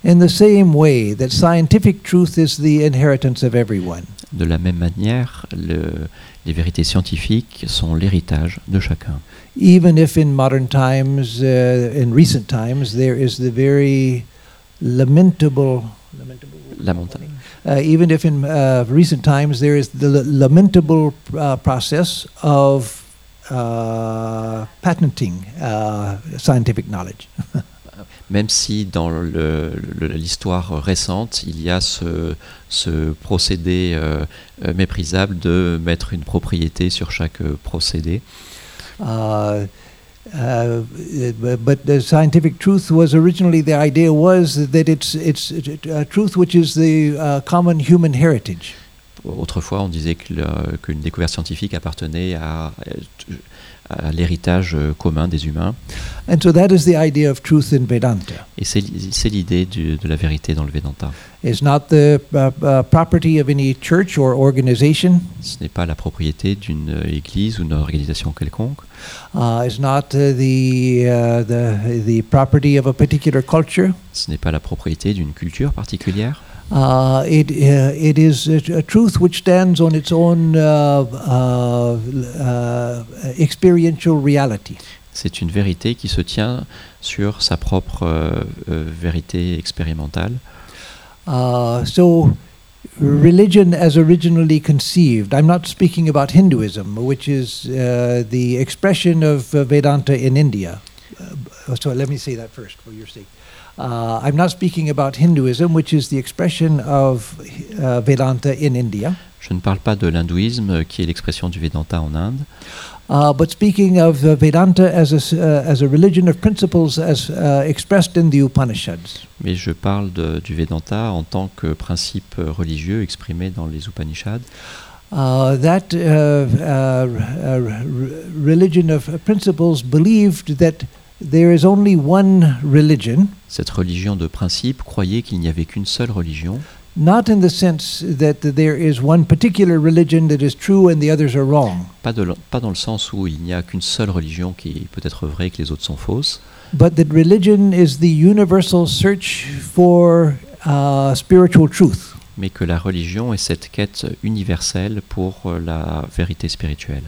[SPEAKER 2] In the same way that scientific truth is the inheritance of everyone.
[SPEAKER 3] De la même manière, le- les vérités scientifiques sont l'héritage de chacun.
[SPEAKER 2] Even if in modern times, uh, in recent times, there is the very lamentable, lamentable
[SPEAKER 3] Lamenta-
[SPEAKER 2] uh, even if in uh, recent times there is the l- lamentable uh, process of uh, patenting uh, scientific knowledge.
[SPEAKER 3] même si dans le- le- l'histoire récente, il y a ce, ce procédé euh, euh, méprisable de mettre une propriété sur chaque euh, procédé.
[SPEAKER 2] Uh, uh, bu- but the scientific truth was originally the idea was that it's it's a truth which is the uh, common human heritage.
[SPEAKER 3] Autrefois, on disait que le- qu'une découverte scientifique appartenait à, à l'héritage euh, commun des humains.
[SPEAKER 2] And so that is the idea of truth in Vedanta.
[SPEAKER 3] Et c'est c'est l'idée du- de la vérité dans le Vedanta.
[SPEAKER 2] It's not the uh, uh, property of any church or organization.
[SPEAKER 3] Ce n'est pas la propriété d'une euh, église ou d'une organisation quelconque.
[SPEAKER 2] Uh, it's not uh, the, uh, the the property of a particular culture.
[SPEAKER 3] Ce n'est pas la propriété d'une culture particulière.
[SPEAKER 2] Uh, it uh, it is a, a truth which stands on its own uh, uh, uh, experiential reality.
[SPEAKER 3] C'est une vérité qui se tient sur sa propre euh, euh, vérité expérimentale.
[SPEAKER 2] Uh, so, religion as originally conceived, I'm not speaking about Hinduism, which is uh, the expression of uh, Vedanta in India. Uh, so, let me say that first for your sake. Uh, I'm not speaking about Hinduism, which is the expression of uh, Vedanta in India,
[SPEAKER 3] Je ne parle pas de l'hindouisme euh, qui est l'expression du Vedanta en Inde,
[SPEAKER 2] uh, but speaking of uh, Vedanta as a, s- uh, as a religion of principles as uh, expressed in the Upanishads.
[SPEAKER 3] mais je parle de- du Vedanta en tant que principe euh, religieux exprimé dans les Upanishads.
[SPEAKER 2] Uh, that uh, uh, r- uh, r- religion of uh, principles believed that there is only one religion,
[SPEAKER 3] Cette religion de principe croyait qu'il n'y avait qu'une seule religion,
[SPEAKER 2] not in the sense that there is one particular religion that is true and the others are wrong,
[SPEAKER 3] pas, de l- pas dans le sens où il n'y a qu'une seule religion qui peut être vraie et que les autres sont fausses,
[SPEAKER 2] but that religion is the universal search for uh, spiritual truth.
[SPEAKER 3] mais que la religion est cette quête universelle pour euh, la vérité spirituelle,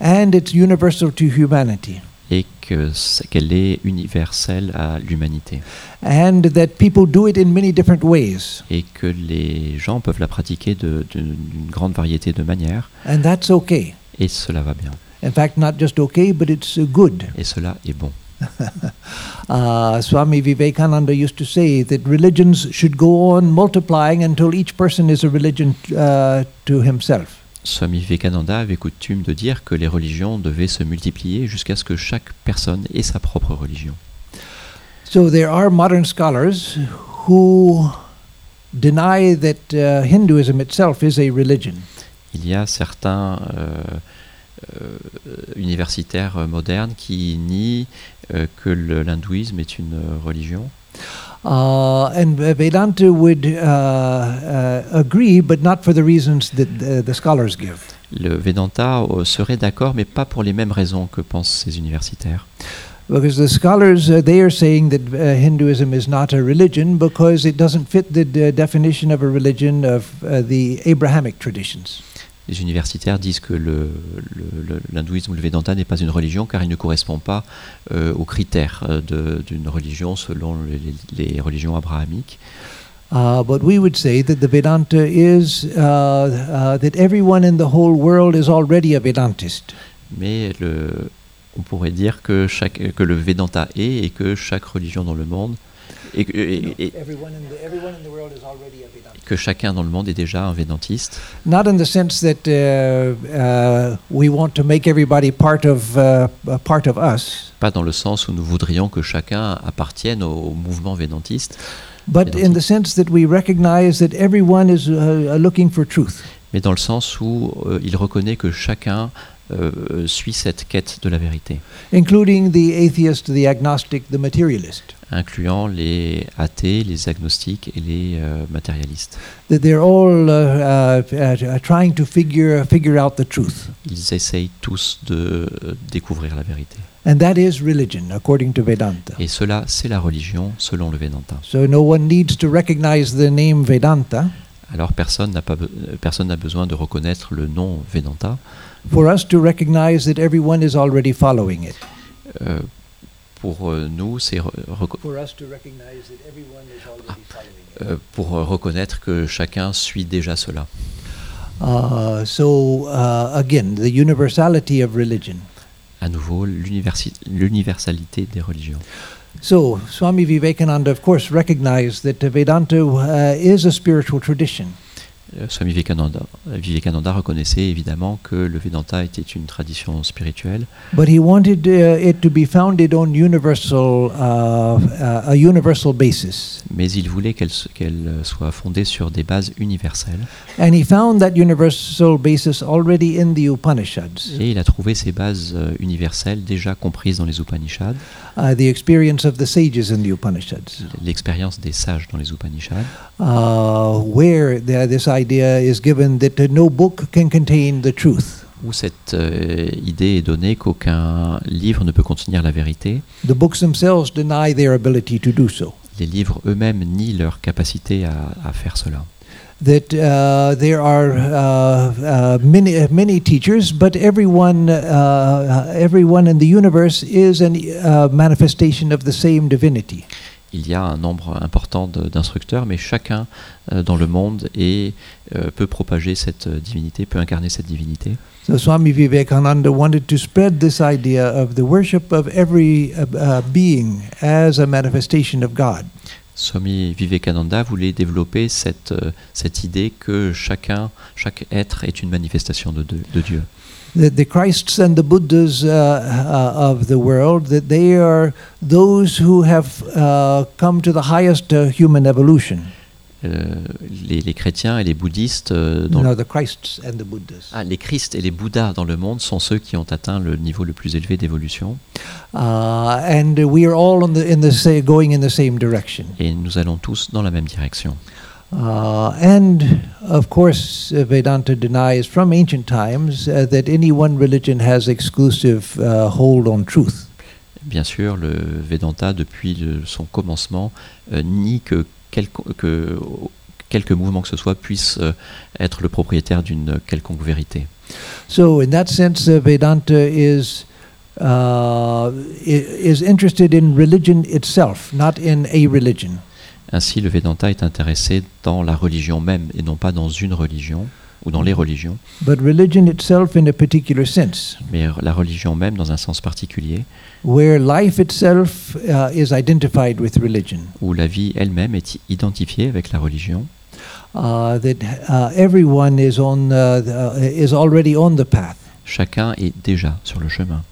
[SPEAKER 2] And it's universal to humanity.
[SPEAKER 3] et que c'est- qu'elle est universelle à l'humanité,
[SPEAKER 2] And that people do it in many different ways.
[SPEAKER 3] et que les gens peuvent la pratiquer de- de- d'une grande variété de manières,
[SPEAKER 2] And that's okay.
[SPEAKER 3] et cela va bien,
[SPEAKER 2] In fact, not just okay, but it's uh, good.
[SPEAKER 3] et cela est bon.
[SPEAKER 2] Uh, Swami Vivekananda used to say that religions should go on multiplying until each person is a religion uh, to himself.
[SPEAKER 3] Swami Vivekananda avait coutume de dire que les religions devaient se multiplier jusqu'à ce que chaque personne ait sa propre religion.
[SPEAKER 2] So there are modern scholars who deny that uh, Hinduism itself is a religion.
[SPEAKER 3] Il y a certains euh, euh, universitaires euh, modernes qui nient euh, que le- l'hindouisme est une euh, religion
[SPEAKER 2] Uh, and uh, Vedanta would uh, uh, agree, but not for the reasons that uh, the scholars give.
[SPEAKER 3] le Vedanta euh, serait d'accord, mais pas pour les mêmes raisons que pensent ces universitaires.
[SPEAKER 2] Because the scholars, uh, they are saying that uh, Hinduism is not a religion because it doesn't fit the d- definition of a religion of uh, the Abrahamic traditions.
[SPEAKER 3] Les universitaires disent que le- le- le- l'hindouisme ou le Vedanta n'est pas une religion car il ne correspond pas euh, aux critères euh, de- d'une religion selon les, les- les religions abrahamiques.
[SPEAKER 2] Uh, but we would say that the Vedanta is uh, uh, that everyone in the whole world is already a Vedantist.
[SPEAKER 3] Mais le- on pourrait dire que, chaque, que le Vedanta est et que chaque religion dans le monde est- est- est-
[SPEAKER 2] Everyone in, the, everyone in the world is already a Vedantist.
[SPEAKER 3] que chacun dans le monde est déjà un védantiste,
[SPEAKER 2] Not in the sense that uh, uh, we want to make everybody part of uh, a part of us,
[SPEAKER 3] pas dans le sens où nous voudrions que chacun appartienne au, au mouvement védantiste,
[SPEAKER 2] but in the sense that we recognize that everyone is uh, looking for truth.
[SPEAKER 3] mais dans le sens où euh, il reconnaît que chacun euh, suit cette quête de la vérité,
[SPEAKER 2] including the atheist, the agnostic, the materialist.
[SPEAKER 3] incluant les athées, les agnostiques et les euh, matérialistes.
[SPEAKER 2] That they're all uh, uh, uh, trying to figure figure out the truth,
[SPEAKER 3] Ils essayent tous de euh, découvrir la vérité.
[SPEAKER 2] and that is religion, according to Vedanta.
[SPEAKER 3] Et cela, c'est la religion selon le Vedanta.
[SPEAKER 2] So no one needs to recognize the name Vedanta
[SPEAKER 3] Alors personne n'a pas be- euh, personne n'a besoin de reconnaître le nom Vedanta
[SPEAKER 2] for us to recognize that everyone is already following it.
[SPEAKER 3] Euh, pour euh, nous, c'est re- reco-
[SPEAKER 2] For us to recognize that everyone is already following it.
[SPEAKER 3] euh, pour euh, reconnaître que chacun suit déjà cela.
[SPEAKER 2] Uh, so uh, again, the universality of religion.
[SPEAKER 3] À nouveau, l'universi- l'universalité des religions.
[SPEAKER 2] So, Swami Vivekananda, of course, recognized that Vedanta uh, is a spiritual tradition.
[SPEAKER 3] Euh, Swami Vivekananda, Vivekananda reconnaissait évidemment que le Vedanta était une tradition spirituelle,
[SPEAKER 2] But he wanted uh, it to be founded on universal, uh, uh, a universal basis.
[SPEAKER 3] mais il voulait qu'elle s- qu'elle euh, soit fondée sur des bases universelles.
[SPEAKER 2] And he found that universal basis already in the Upanishads.
[SPEAKER 3] Et il a trouvé ces bases euh, universelles déjà comprises dans les Upanishads,
[SPEAKER 2] Uh, the experience of the sages in the Upanishads,
[SPEAKER 3] l'expérience des sages dans les Upanishads,
[SPEAKER 2] uh, where the, this idea is given that uh, no book can contain the truth.
[SPEAKER 3] où cette euh, idée est donnée qu'aucun livre ne peut contenir la vérité.
[SPEAKER 2] The books themselves deny their ability to do so.
[SPEAKER 3] Les livres eux-mêmes nient leur capacité à, à faire cela.
[SPEAKER 2] That uh, there are uh, uh, many, many teachers, but everyone, uh, everyone in the universe is a uh, manifestation of the same divinity.
[SPEAKER 3] Il y a un nombre important de- d'instructeurs, mais chacun euh, dans le monde est, euh, peut propager cette euh, divinité, peut incarner cette divinité.
[SPEAKER 2] So Swami Vivekananda wanted to spread this idea of the worship of every uh, uh, being as a manifestation of God.
[SPEAKER 3] Swami Vivekananda voulait développer cette, euh, cette idée que chacun, chaque être est une manifestation de, de- de Dieu.
[SPEAKER 2] That the Christs and the Buddhas uh, uh, of the world, that they are those who have uh, come to the highest uh, human evolution.
[SPEAKER 3] Euh, les, les chrétiens et les bouddhistes, euh, dans
[SPEAKER 2] No, the Christs and the Buddhas.
[SPEAKER 3] Ah, les Christ et les Bouddhas dans le monde sont ceux qui ont atteint le niveau le plus élevé d'évolution.
[SPEAKER 2] Uh, and we are all on the, in the sa- going in the same direction.
[SPEAKER 3] Et nous allons tous dans la même direction.
[SPEAKER 2] Uh, and of course, uh, Vedanta denies from ancient times uh, that any one religion has exclusive uh, hold on truth.
[SPEAKER 3] Bien sûr, le Vedanta, depuis le- son commencement, euh, nie que, quelque- que quelque mouvement que ce soit puisse euh, être le propriétaire d'une quelconque vérité.
[SPEAKER 2] So, in that sense, uh, Vedanta is uh, i- is interested in religion itself, not in a religion.
[SPEAKER 3] Ainsi, le Vedanta est intéressé dans la religion même et non pas dans une religion ou dans les religions,
[SPEAKER 2] But religion itself in a particular sense,
[SPEAKER 3] mais la religion même dans un sens particulier,
[SPEAKER 2] where life itself uh, is identified with religion.
[SPEAKER 3] où la vie elle-même est identifiée avec la religion.
[SPEAKER 2] uh, that uh, everyone is on uh, the, uh, is already on the path.
[SPEAKER 3] Chacun est déjà sur le chemin.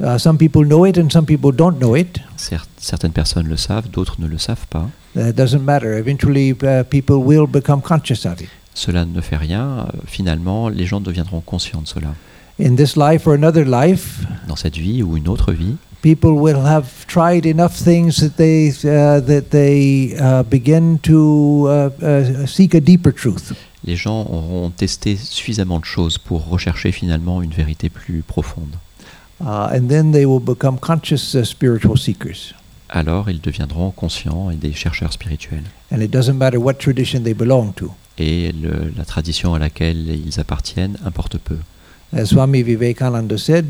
[SPEAKER 2] Uh, some people know it, and some people don't know it.
[SPEAKER 3] Certes, certaines personnes le savent, d'autres ne le savent pas.
[SPEAKER 2] Uh, It doesn't matter. Eventually, uh, people will become conscious of it
[SPEAKER 3] Cela ne fait rien. Euh, Finalement, les gens deviendront conscients de cela.
[SPEAKER 2] in this life or another life.
[SPEAKER 3] Dans cette vie ou une autre vie,
[SPEAKER 2] People will have tried enough things that they uh, that they uh, begin to uh, uh, seek a deeper truth.
[SPEAKER 3] les gens auront testé suffisamment de choses pour rechercher finalement une vérité plus profonde.
[SPEAKER 2] Uh, and then they will become conscious uh, spiritual seekers.
[SPEAKER 3] Alors, ils deviendront conscients et des chercheurs spirituels.
[SPEAKER 2] And it doesn't matter what tradition they belong to.
[SPEAKER 3] Et le- la tradition à laquelle ils appartiennent importe peu.
[SPEAKER 2] As Swami Vivekananda said,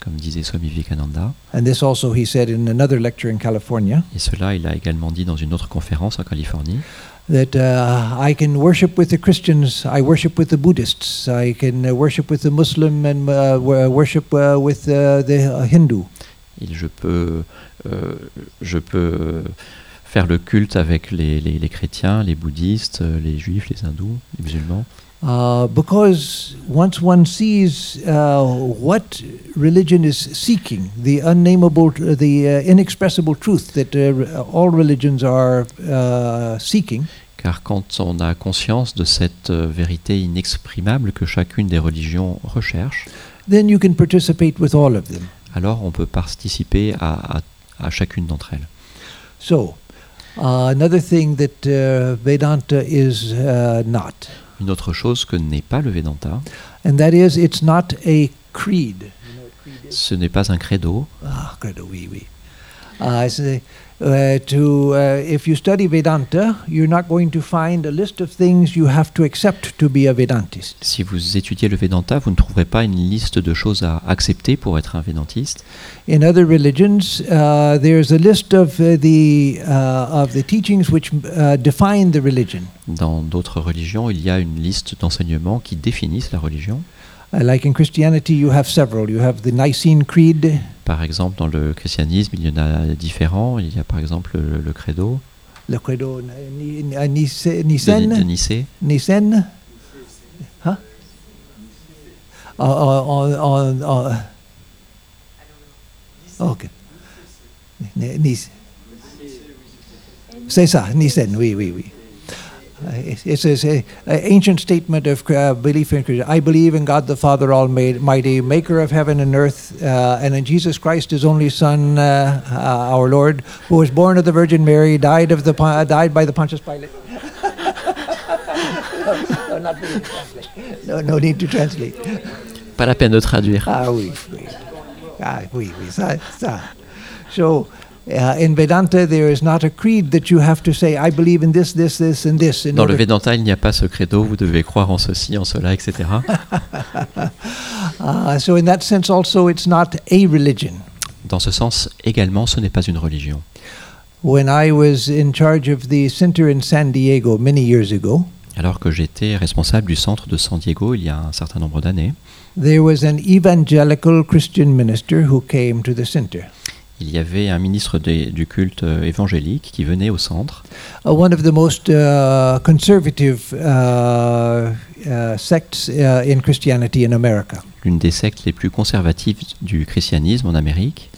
[SPEAKER 3] Comme disait Swami Vivekananda,
[SPEAKER 2] And this also he said in another lecture in California
[SPEAKER 3] et cela il l'a également dit dans une autre conférence en Californie,
[SPEAKER 2] that uh, I can worship with the Christians, I worship with the Buddhists, I can uh, worship with the Muslim, and uh, wo- worship uh, with uh, the uh, Hindu.
[SPEAKER 3] Il- je peux, euh, je peux faire le culte avec les, les- les chrétiens, les bouddhistes, euh, les juifs, les hindous, les musulmans.
[SPEAKER 2] Uh, because once one sees uh, what religion is seeking, the unnameable, tr- the uh, inexpressible truth that uh, all religions are uh, seeking,
[SPEAKER 3] Car quand on a conscience de cette euh, vérité inexprimable que chacune des religions recherche,
[SPEAKER 2] then you can participate with all of them.
[SPEAKER 3] alors on peut participer à, à- à chacune d'entre elles.
[SPEAKER 2] So, uh, another thing that uh, Vedanta is uh, not,
[SPEAKER 3] Une autre chose que n'est pas le Vedanta,
[SPEAKER 2] and that is it's not a creed.
[SPEAKER 3] ce n'est pas un credo.
[SPEAKER 2] Ah, credo, oui, oui. Uh, it's a- uh, to uh, if you study Vedanta, you're not going to find a list of things you have to accept to be a Vedantist.
[SPEAKER 3] Si vous étudiez le Vedanta, vous ne trouverez pas une liste de choses à accepter pour être un Vedantiste.
[SPEAKER 2] In other religions, uh, there's a list of uh, the uh, of the teachings which uh, define the religion.
[SPEAKER 3] Dans d'autres religions, il y a une liste d'enseignements qui définissent la religion.
[SPEAKER 2] Uh, like in Christianity, you have several. You have the Nicene Creed,
[SPEAKER 3] Par exemple, dans le christianisme, il y en a différents. Il y a par exemple le, le credo
[SPEAKER 2] le Credo Ni- Ni- Nice-
[SPEAKER 3] de, Ni- de
[SPEAKER 2] Nicene,
[SPEAKER 3] Nicée.
[SPEAKER 2] Nicene. Huh? Uh, uh, uh, uh, uh, okay. Ni- Nice. C'est ça, Nicene, oui, oui, oui. Uh, it's- it's an ancient statement of uh, belief in Christ. I believe in God the Father Almighty, maker of heaven and earth, uh, and in Jesus Christ, his only Son, uh, uh, our Lord, who was born of the Virgin Mary, died, of the, Pon- uh, died by the Pontius Pilate. no, not really translate. (laughs) No, no need to translate.
[SPEAKER 3] Pas la peine de traduire.
[SPEAKER 2] Ah oui, oui. Ah oui, oui, ça, ça. So, uh, in Vedanta, there is not a creed that you have to say, I believe in this, this, this, and this. In
[SPEAKER 3] Dans le
[SPEAKER 2] order-
[SPEAKER 3] Vedanta, il n'y a pas ce credo, vous devez croire en ceci, en cela, etc. (laughs)
[SPEAKER 2] Ah, so, in that sense, also, it's not a religion.
[SPEAKER 3] Dans ce sens, également, ce n'est pas une religion.
[SPEAKER 2] When I was in charge of the center in San Diego many years ago,
[SPEAKER 3] Alors que j'étais responsable du centre de San Diego il y a un certain nombre d'années,
[SPEAKER 2] there was an evangelical Christian minister who came to the center.
[SPEAKER 3] il y avait un ministre des- du culte euh, évangélique qui venait au centre.
[SPEAKER 2] Uh, one of the most uh, conservative uh, uh, sects uh, in Christianity in America.
[SPEAKER 3] l'une des sectes les plus conservatives du christianisme en Amérique,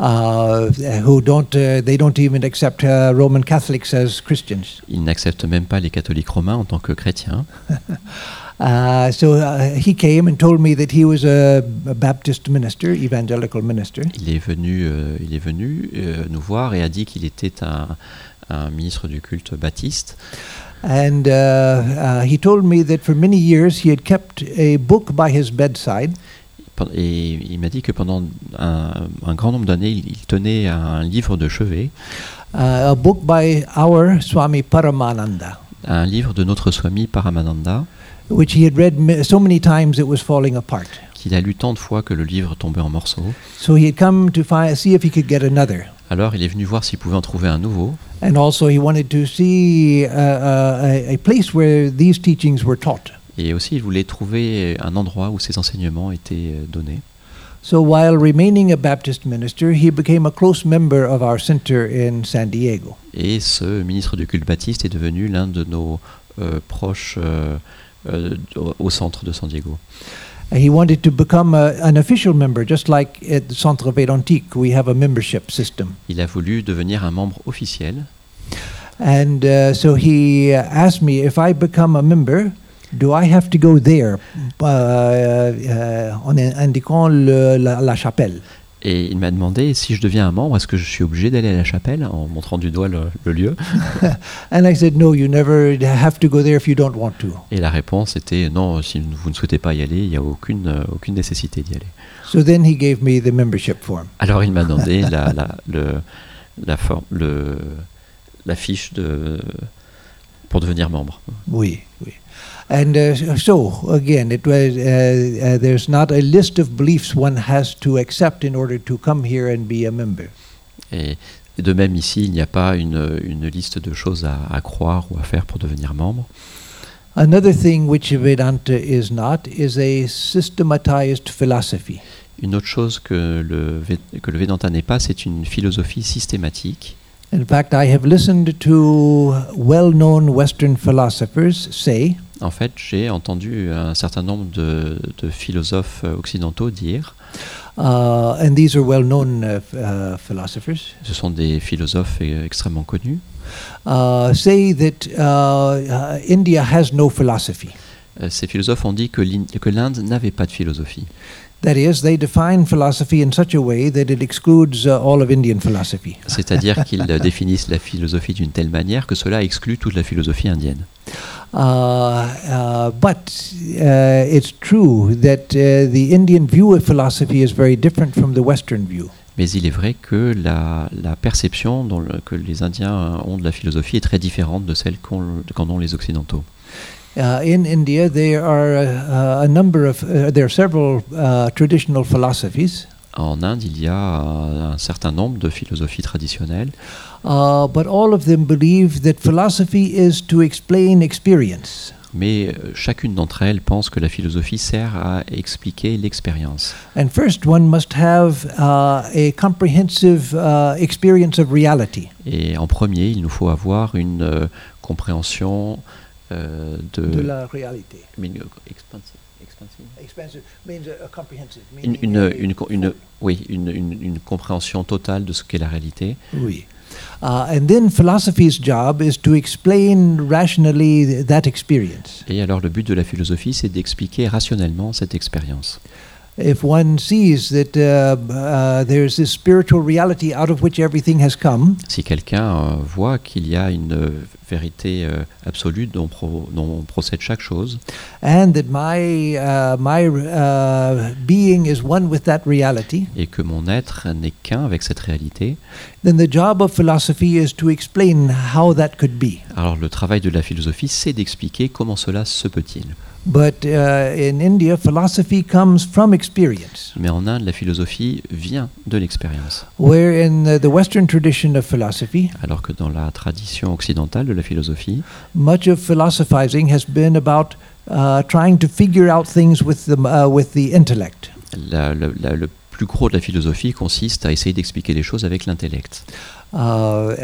[SPEAKER 2] uh, who don't uh, they don't even accept uh, Roman Catholics as Christians.
[SPEAKER 3] ils n'acceptent même pas les catholiques romains en tant que chrétiens.
[SPEAKER 2] Uh, so uh, he came and told me that he was a, a Baptist minister, evangelical minister,
[SPEAKER 3] Il est venu, euh, il est venu euh, nous voir et a dit qu'il était un, un ministre du culte baptiste.
[SPEAKER 2] and uh, uh, he told me that for many years he had kept a book by his bedside
[SPEAKER 3] Pen- Et il m'a dit que pendant un, un grand nombre d'années, il, il tenait un livre de chevet,
[SPEAKER 2] uh, a book by our Swami Paramananda,
[SPEAKER 3] un livre de notre Swami Paramananda,
[SPEAKER 2] which he had read ma- so many times it was falling apart.
[SPEAKER 3] qu'il a lu tant de fois que le livre tombait en morceaux.
[SPEAKER 2] So he had come to fi- see if he could get another.
[SPEAKER 3] Alors il est venu voir s'il pouvait en trouver un nouveau.
[SPEAKER 2] And also, he wanted to see uh, uh, a, a place where these teachings were taught.
[SPEAKER 3] Et aussi, il voulait trouver un endroit où ses enseignements étaient euh, donnés.
[SPEAKER 2] So, while remaining a Baptist minister, he became a close member of our center in San Diego.
[SPEAKER 3] Et ce ministre du culte baptiste est devenu l'un de nos euh, proches euh, euh, au- au centre de San Diego.
[SPEAKER 2] And He wanted to become a, an official member, just like at the Centre Vedantique, we have a membership system.
[SPEAKER 3] Il a voulu devenir un membre officiel.
[SPEAKER 2] And uh, so he uh, asked me if I become a member, do I have to go there uh, uh, en indiquant le, uh, la, la chapelle?
[SPEAKER 3] Et il m'a demandé si je deviens un membre, est-ce que je suis obligé d'aller à la chapelle en montrant du doigt le, le lieu
[SPEAKER 2] And I said, no, you never have to go there if you don't want to.
[SPEAKER 3] Et la réponse était non, si vous ne souhaitez pas y aller, il n'y a aucune, euh, aucune nécessité d'y aller.
[SPEAKER 2] So then he gave me the membership form.
[SPEAKER 3] Alors il m'a demandé la, la, le- la, forme- le- la fiche de, pour devenir membre.
[SPEAKER 2] Oui, oui. And uh, so again, it was uh, uh, there's not a list of beliefs one has to accept in order to come here and be a member.
[SPEAKER 3] Et de même ici, il n'y a pas une, une liste de choses à, à croire ou à faire pour devenir membre.
[SPEAKER 2] Another thing which Vedanta is not is a systematized philosophy.
[SPEAKER 3] Une autre chose que le, Vé- que le Vedanta n'est pas, c'est une philosophie systématique.
[SPEAKER 2] In fact, I have listened to well-known Western philosophers say
[SPEAKER 3] En fait, j'ai entendu un certain nombre de, de philosophes occidentaux dire,
[SPEAKER 2] uh, and these are well-known uh, f- uh, philosophers,
[SPEAKER 3] ce sont des philosophes euh, extrêmement connus,
[SPEAKER 2] uh, say that uh, uh, India has no philosophy.
[SPEAKER 3] Euh, ces philosophes ont dit que l'Inde que l'Inde n'avait pas de philosophie.
[SPEAKER 2] That is, they define philosophy in such a way that it excludes uh, all of Indian philosophy.
[SPEAKER 3] C'est-à-dire qu'ils définissent la philosophie d'une telle manière que cela exclut toute la philosophie indienne.
[SPEAKER 2] Uh, uh, but uh, it's true that uh, the Indian view of philosophy is very different from the Western view.
[SPEAKER 3] Mais il est vrai que la, la perception dont le- que les Indiens ont de la philosophie est très différente de celle qu'ont- qu'en ont les Occidentaux.
[SPEAKER 2] Uh, in India, there are uh, a number of uh, there are several uh, traditional philosophies,
[SPEAKER 3] En Inde, il y a un, un certain nombre de philosophies traditionnelles,
[SPEAKER 2] uh, but all of them believe that philosophy is to explain experience.
[SPEAKER 3] mais euh, chacune d'entre elles pense que la philosophie sert à expliquer l'expérience.
[SPEAKER 2] And first, one must have uh, a comprehensive uh, experience of reality.
[SPEAKER 3] Et en premier, il nous faut avoir une euh, compréhension euh, de,
[SPEAKER 2] De la réalité.
[SPEAKER 3] Mais une- expansive- expansive
[SPEAKER 2] Expansive means a, a comprehensive.
[SPEAKER 3] une,
[SPEAKER 2] meaning
[SPEAKER 3] une,
[SPEAKER 2] a-
[SPEAKER 3] une co- une- oui, une, une- une compréhension totale de ce qu'est la réalité.
[SPEAKER 2] Oui. Uh, and then philosophy's job is to explain rationally th- that experience.
[SPEAKER 3] Et alors le but de la philosophie, c'est d'expliquer rationnellement cette expérience.
[SPEAKER 2] If one sees that uh, b- uh, there's this spiritual reality out of which everything has come,
[SPEAKER 3] Si quelqu'un euh, voit qu'il y a une euh, vérité euh, absolue dont, pro- dont procède chaque chose,
[SPEAKER 2] and that my uh, my uh, being is one with that reality,
[SPEAKER 3] et que mon être n'est qu'un avec cette réalité,
[SPEAKER 2] then the job of philosophy is to explain how that could be.
[SPEAKER 3] alors le travail de la philosophie, c'est d'expliquer comment cela se peut-il.
[SPEAKER 2] But uh, in India, philosophy comes from experience,
[SPEAKER 3] Mais en Inde, la philosophie vient de l'expérience,
[SPEAKER 2] where in uh, the Western tradition of philosophy,
[SPEAKER 3] alors que dans la tradition occidentale de la philosophie,
[SPEAKER 2] much of philosophizing has been about uh, trying to figure out things with the, uh, with the intellect.
[SPEAKER 3] la- la- la- le plus gros de la philosophie consiste à essayer d'expliquer les choses avec l'intellect.
[SPEAKER 2] Uh, uh,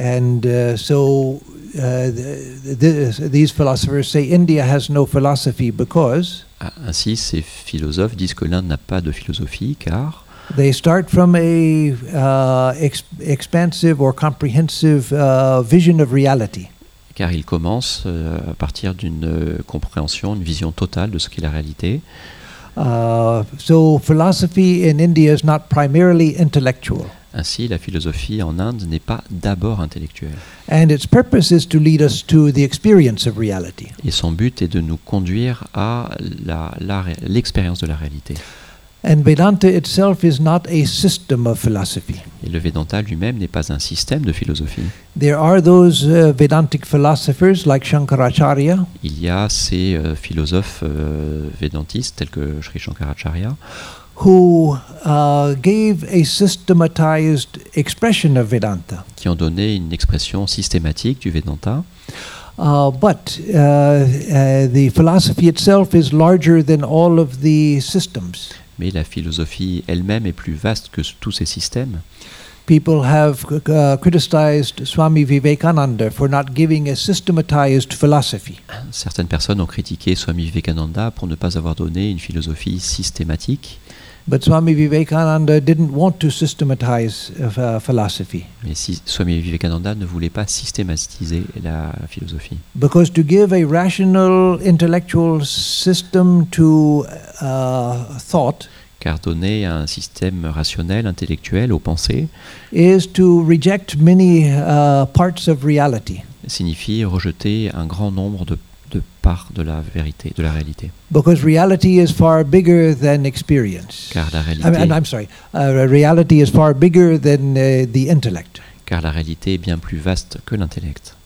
[SPEAKER 2] and uh, so uh, th- th- these philosophers say India has no philosophy because
[SPEAKER 3] Ah, Ainsi, ces philosophes disent que l'Inde n'a pas de philosophie car
[SPEAKER 2] they start from a uh, ex- expansive or comprehensive uh, vision of reality.
[SPEAKER 3] car ils commencent euh, à partir d'une euh, compréhension, une vision totale de ce qu'est la réalité.
[SPEAKER 2] Uh, so philosophy in India is not primarily intellectual,
[SPEAKER 3] Ainsi, la philosophie en Inde n'est pas d'abord intellectuelle.
[SPEAKER 2] and its purpose is to lead us to the experience of reality.
[SPEAKER 3] Et son but est de nous conduire à la- la ré- l'expérience de la réalité.
[SPEAKER 2] And Vedanta itself is not a system of philosophy.
[SPEAKER 3] Et le Vedanta lui-même n'est pas un système de philosophie.
[SPEAKER 2] There are those uh, Vedantic philosophers like Shankaracharya
[SPEAKER 3] Il y a ces euh, philosophes euh, védantistes tels que Sri Shankaracharya
[SPEAKER 2] who uh, gave a systematized expression of Vedanta.
[SPEAKER 3] qui ont donné une expression systématique du Vedanta.
[SPEAKER 2] Uh, but uh, uh, the philosophy itself is larger than all of the systems.
[SPEAKER 3] Mais la philosophie elle-même est plus vaste que s- tous ces systèmes.
[SPEAKER 2] People have uh, criticized Swami Vivekananda for not giving a systematized philosophy.
[SPEAKER 3] Certaines personnes ont critiqué Swami Vivekananda pour ne pas avoir donné une philosophie systématique.
[SPEAKER 2] But Swami Vivekananda didn't want to systematize uh, philosophy.
[SPEAKER 3] Mais si Swami Vivekananda ne voulait pas systématiser la philosophie.
[SPEAKER 2] Because to give a rational intellectual system to uh, thought
[SPEAKER 3] Car donner un système rationnel, intellectuel aux pensées
[SPEAKER 2] is to reject many uh, parts of reality.
[SPEAKER 3] signifie rejeter un grand nombre de, de parts de la vérité, de la réalité.
[SPEAKER 2] Because reality is far bigger than experience.
[SPEAKER 3] Car la
[SPEAKER 2] I mean,
[SPEAKER 3] réalité,
[SPEAKER 2] I'm sorry, uh, reality is far bigger than uh, the intellect.
[SPEAKER 3] car la réalité est bien plus vaste que l'intellect.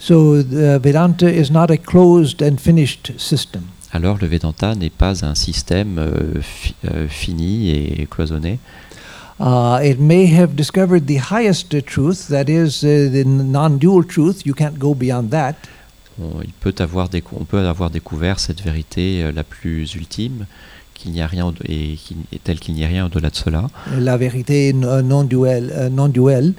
[SPEAKER 2] So the Vedanta is not a closed and finished system.
[SPEAKER 3] Alors le Vedanta n'est pas un système euh, fi- euh, fini et cloisonné.
[SPEAKER 2] Uh, it may have discovered the highest uh, truth, that is, uh, the non dual truth, you can't go beyond that.
[SPEAKER 3] On, il peut avoir décou- on peut avoir découvert cette vérité euh, la plus ultime, qu'il n'y a rien au- et, qu'il- et tel qu'il n'y a rien au-delà de cela.
[SPEAKER 2] uh, la vérité non duel, uh, non duel.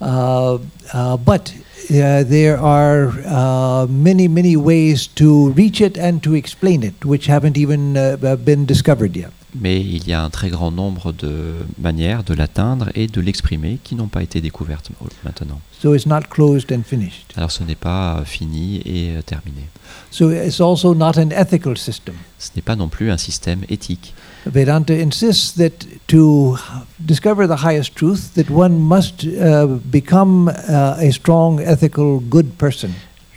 [SPEAKER 2] Uh, uh, but uh, there are uh, many, many ways to reach it and to explain it, which haven't even uh, uh, been discovered yet.
[SPEAKER 3] Mais il y a un très grand nombre de manières de l'atteindre et de l'exprimer qui n'ont pas été découvertes au- maintenant.
[SPEAKER 2] So it's not closed and finished.
[SPEAKER 3] Alors ce n'est pas euh, fini et euh, terminé.
[SPEAKER 2] So it's also not an ethical system.
[SPEAKER 3] Ce n'est pas non plus un système éthique.
[SPEAKER 2] Vedanta insists that to discover the highest truth, that one must uh, become uh, a strong, ethical, good person.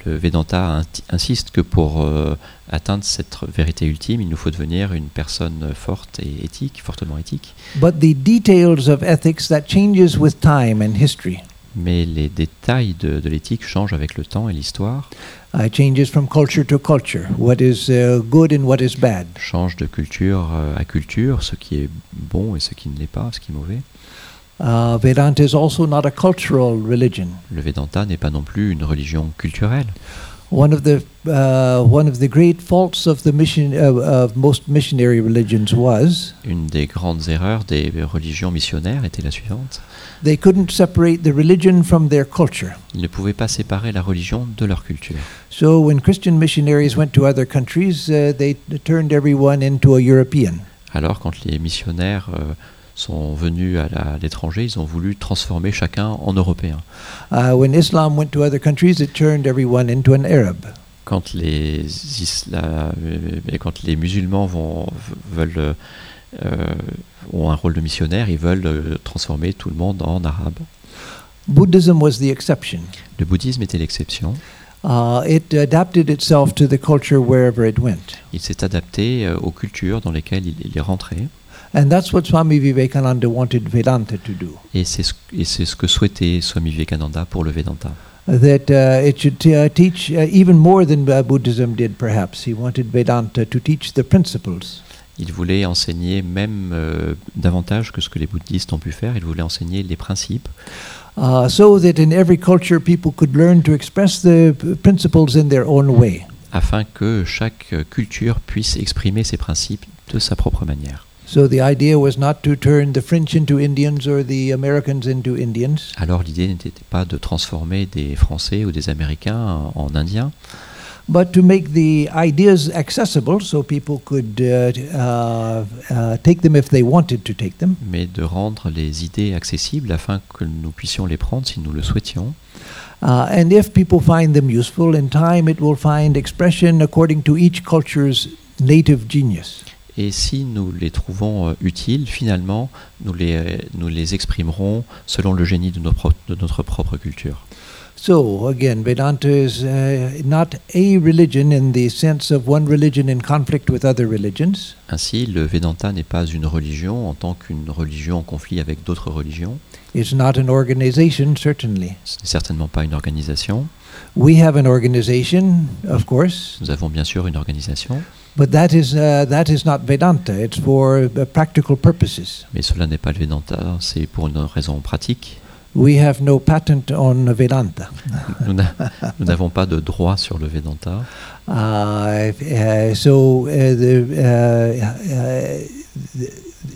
[SPEAKER 3] Le Vedanta inti- insiste que pour euh, atteindre cette vérité ultime, il nous faut devenir une personne forte et éthique, fortement éthique.
[SPEAKER 2] But the details of ethics that changes with time and history.
[SPEAKER 3] Mais les détails de, de l'éthique changent avec le temps et l'histoire,
[SPEAKER 2] Uh, it changes from culture to culture, what is uh, good and what is bad.
[SPEAKER 3] changent de culture euh, à culture, ce qui est bon et ce qui ne l'est pas, ce qui est mauvais.
[SPEAKER 2] Uh, Vedanta is also not a cultural religion.
[SPEAKER 3] Le Vedanta n'est pas non plus une religion culturelle.
[SPEAKER 2] One of the uh, one of the great faults of the mission of, of most missionary religions was
[SPEAKER 3] Une des grandes erreurs des religions missionnaires était la suivante.
[SPEAKER 2] they couldn't separate the religion from their culture.
[SPEAKER 3] Ils ne pouvaient pas séparer la religion de leur culture.
[SPEAKER 2] So when Christian missionaries went to other countries, uh, they turned everyone into a European.
[SPEAKER 3] Alors quand les missionnaires euh, sont venus à la- à l'étranger, ils ont voulu transformer chacun en européen.
[SPEAKER 2] Uh, when Islam went to other countries, it turned everyone into an Arab.
[SPEAKER 3] Quand les, isla- euh, et quand les musulmans vont, veulent, euh, euh, ont un rôle de missionnaire, ils veulent euh, transformer tout le monde en arabe.
[SPEAKER 2] Buddhism was the exception.
[SPEAKER 3] Le bouddhisme était l'exception.
[SPEAKER 2] Uh, it adapted itself to the culture wherever it went.
[SPEAKER 3] Il s'est adapté euh, aux cultures dans lesquelles il, il est rentré.
[SPEAKER 2] And that's what Swami Vivekananda wanted Vedanta to do.
[SPEAKER 3] Et c'est ce, et c'est ce que souhaitait Swami Vivekananda pour le Vedanta.
[SPEAKER 2] That uh, it should uh, teach uh, even more than uh, Buddhism did, perhaps. He wanted Vedanta to teach the principles.
[SPEAKER 3] Il voulait enseigner même euh, davantage que ce que les bouddhistes ont pu faire. Il voulait enseigner les principes
[SPEAKER 2] Uh, so that in every culture people could learn to express the p- principles in their own way.
[SPEAKER 3] afin que chaque euh, culture puisse exprimer ses principes de sa propre manière.
[SPEAKER 2] So the idea was not to turn the French into Indians or the Americans into Indians,
[SPEAKER 3] Alors l'idée n'était pas de transformer des Français ou des Américains en Indiens,
[SPEAKER 2] but to make the ideas accessible so people could uh, t- uh, uh, take them if they wanted to take them,
[SPEAKER 3] mais de rendre les idées accessibles afin que nous puissions les prendre si nous le souhaitions.
[SPEAKER 2] uh, and if people find them useful, in time it will find expression according to each culture's native genius.
[SPEAKER 3] Et si nous les trouvons euh, utiles, finalement, nous les, nous les exprimerons selon le génie de, nos pro- de notre propre culture.
[SPEAKER 2] So again, Vedanta is uh, not a religion in the sense of one religion in conflict with other religions.
[SPEAKER 3] Ainsi, le Vedanta n'est pas une religion en tant qu'une religion en conflit avec d'autres religions.
[SPEAKER 2] It's not an organization, certainly.
[SPEAKER 3] Ce n'est certainement pas une organisation.
[SPEAKER 2] We have an organization, of course,
[SPEAKER 3] Nous avons bien sûr une organisation,
[SPEAKER 2] but that is uh, that is not Vedanta. It's for uh, practical purposes.
[SPEAKER 3] mais cela n'est pas le Vedanta, c'est pour une raison pratique.
[SPEAKER 2] We have no patent on Vedanta.
[SPEAKER 3] Nous n'a- nous n'avons pas de droit sur le Vedanta.
[SPEAKER 2] Uh, if- uh, so uh, the, uh, uh,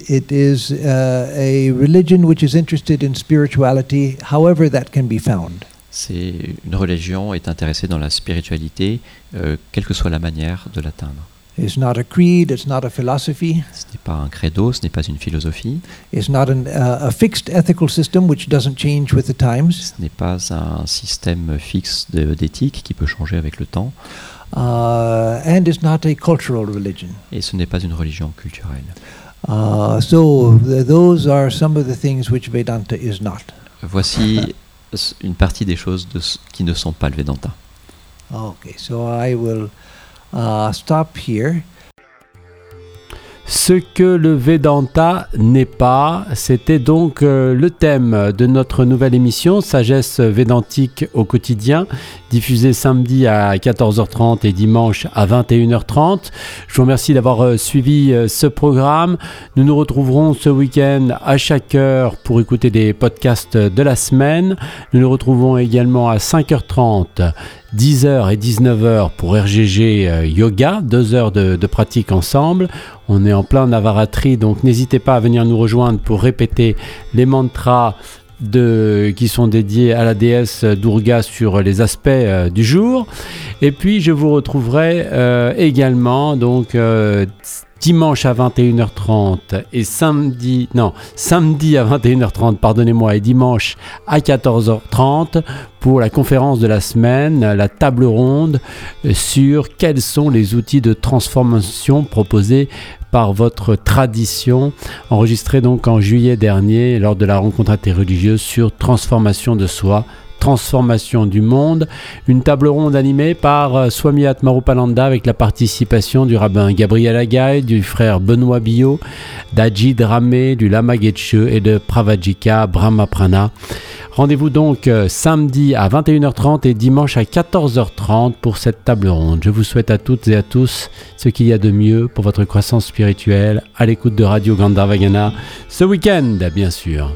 [SPEAKER 2] it is uh, a religion which is interested in spirituality, however that can be found.
[SPEAKER 3] C'est une religion est intéressée dans la spiritualité, euh, quelle que soit la manière de l'atteindre.
[SPEAKER 2] It's not a creed. It's not a philosophy.
[SPEAKER 3] Ce n'est pas un credo, ce n'est pas une philosophie,
[SPEAKER 2] It's not an, uh, a fixed ethical system which doesn't change with the times.
[SPEAKER 3] ce n'est pas un système fixe de- d'éthique qui peut changer avec le temps,
[SPEAKER 2] uh, and it's not a cultural religion.
[SPEAKER 3] et ce n'est pas une religion culturelle.
[SPEAKER 2] Uh, so th- those are some of the things which Vedanta is not.
[SPEAKER 3] Voici s- une partie des choses de ce- qui ne sont pas le Vedanta.
[SPEAKER 2] Okay, so I will uh, stop here.
[SPEAKER 1] Ce que le Vedanta n'est pas, c'était donc euh, le thème de notre nouvelle émission Sagesse Védantique au quotidien, diffusée samedi à 14h30 et dimanche à 21h30. Je vous remercie d'avoir euh, suivi euh, ce programme. Nous nous retrouverons ce week-end à chaque heure pour écouter des podcasts de la semaine. Nous nous retrouvons également à 5h30, 10h et 19h pour RGG euh, Yoga, deux heures de- de pratique ensemble. On est en plein Navaratri, donc n'hésitez pas à venir nous rejoindre pour répéter les mantras de- qui sont dédiés à la déesse Durga sur les aspects euh, du jour. Et puis je vous retrouverai euh, également donc euh, dimanche à 21h30 et samedi non samedi à 21h30 pardonnez-moi et dimanche à 14h30 pour la conférence de la semaine, la table ronde sur quels sont les outils de transformation proposés par votre tradition, enregistrée donc en juillet dernier lors de la rencontre interreligieuse sur transformation de soi, transformation du monde, une table ronde animée par euh, Swami Atmarupananda avec la participation du rabbin Gabriel Agaï, du frère Benoît Billot, d'Ajid Ramé, du Lama Getche et de Pravajika Brahmaprana. Rendez-vous donc euh, samedi à 21h30 et dimanche à 14h30 pour cette table ronde. Je vous souhaite à toutes et à tous ce qu'il y a de mieux pour votre croissance spirituelle à l'écoute de Radio Gandharvagana ce week-end, bien sûr.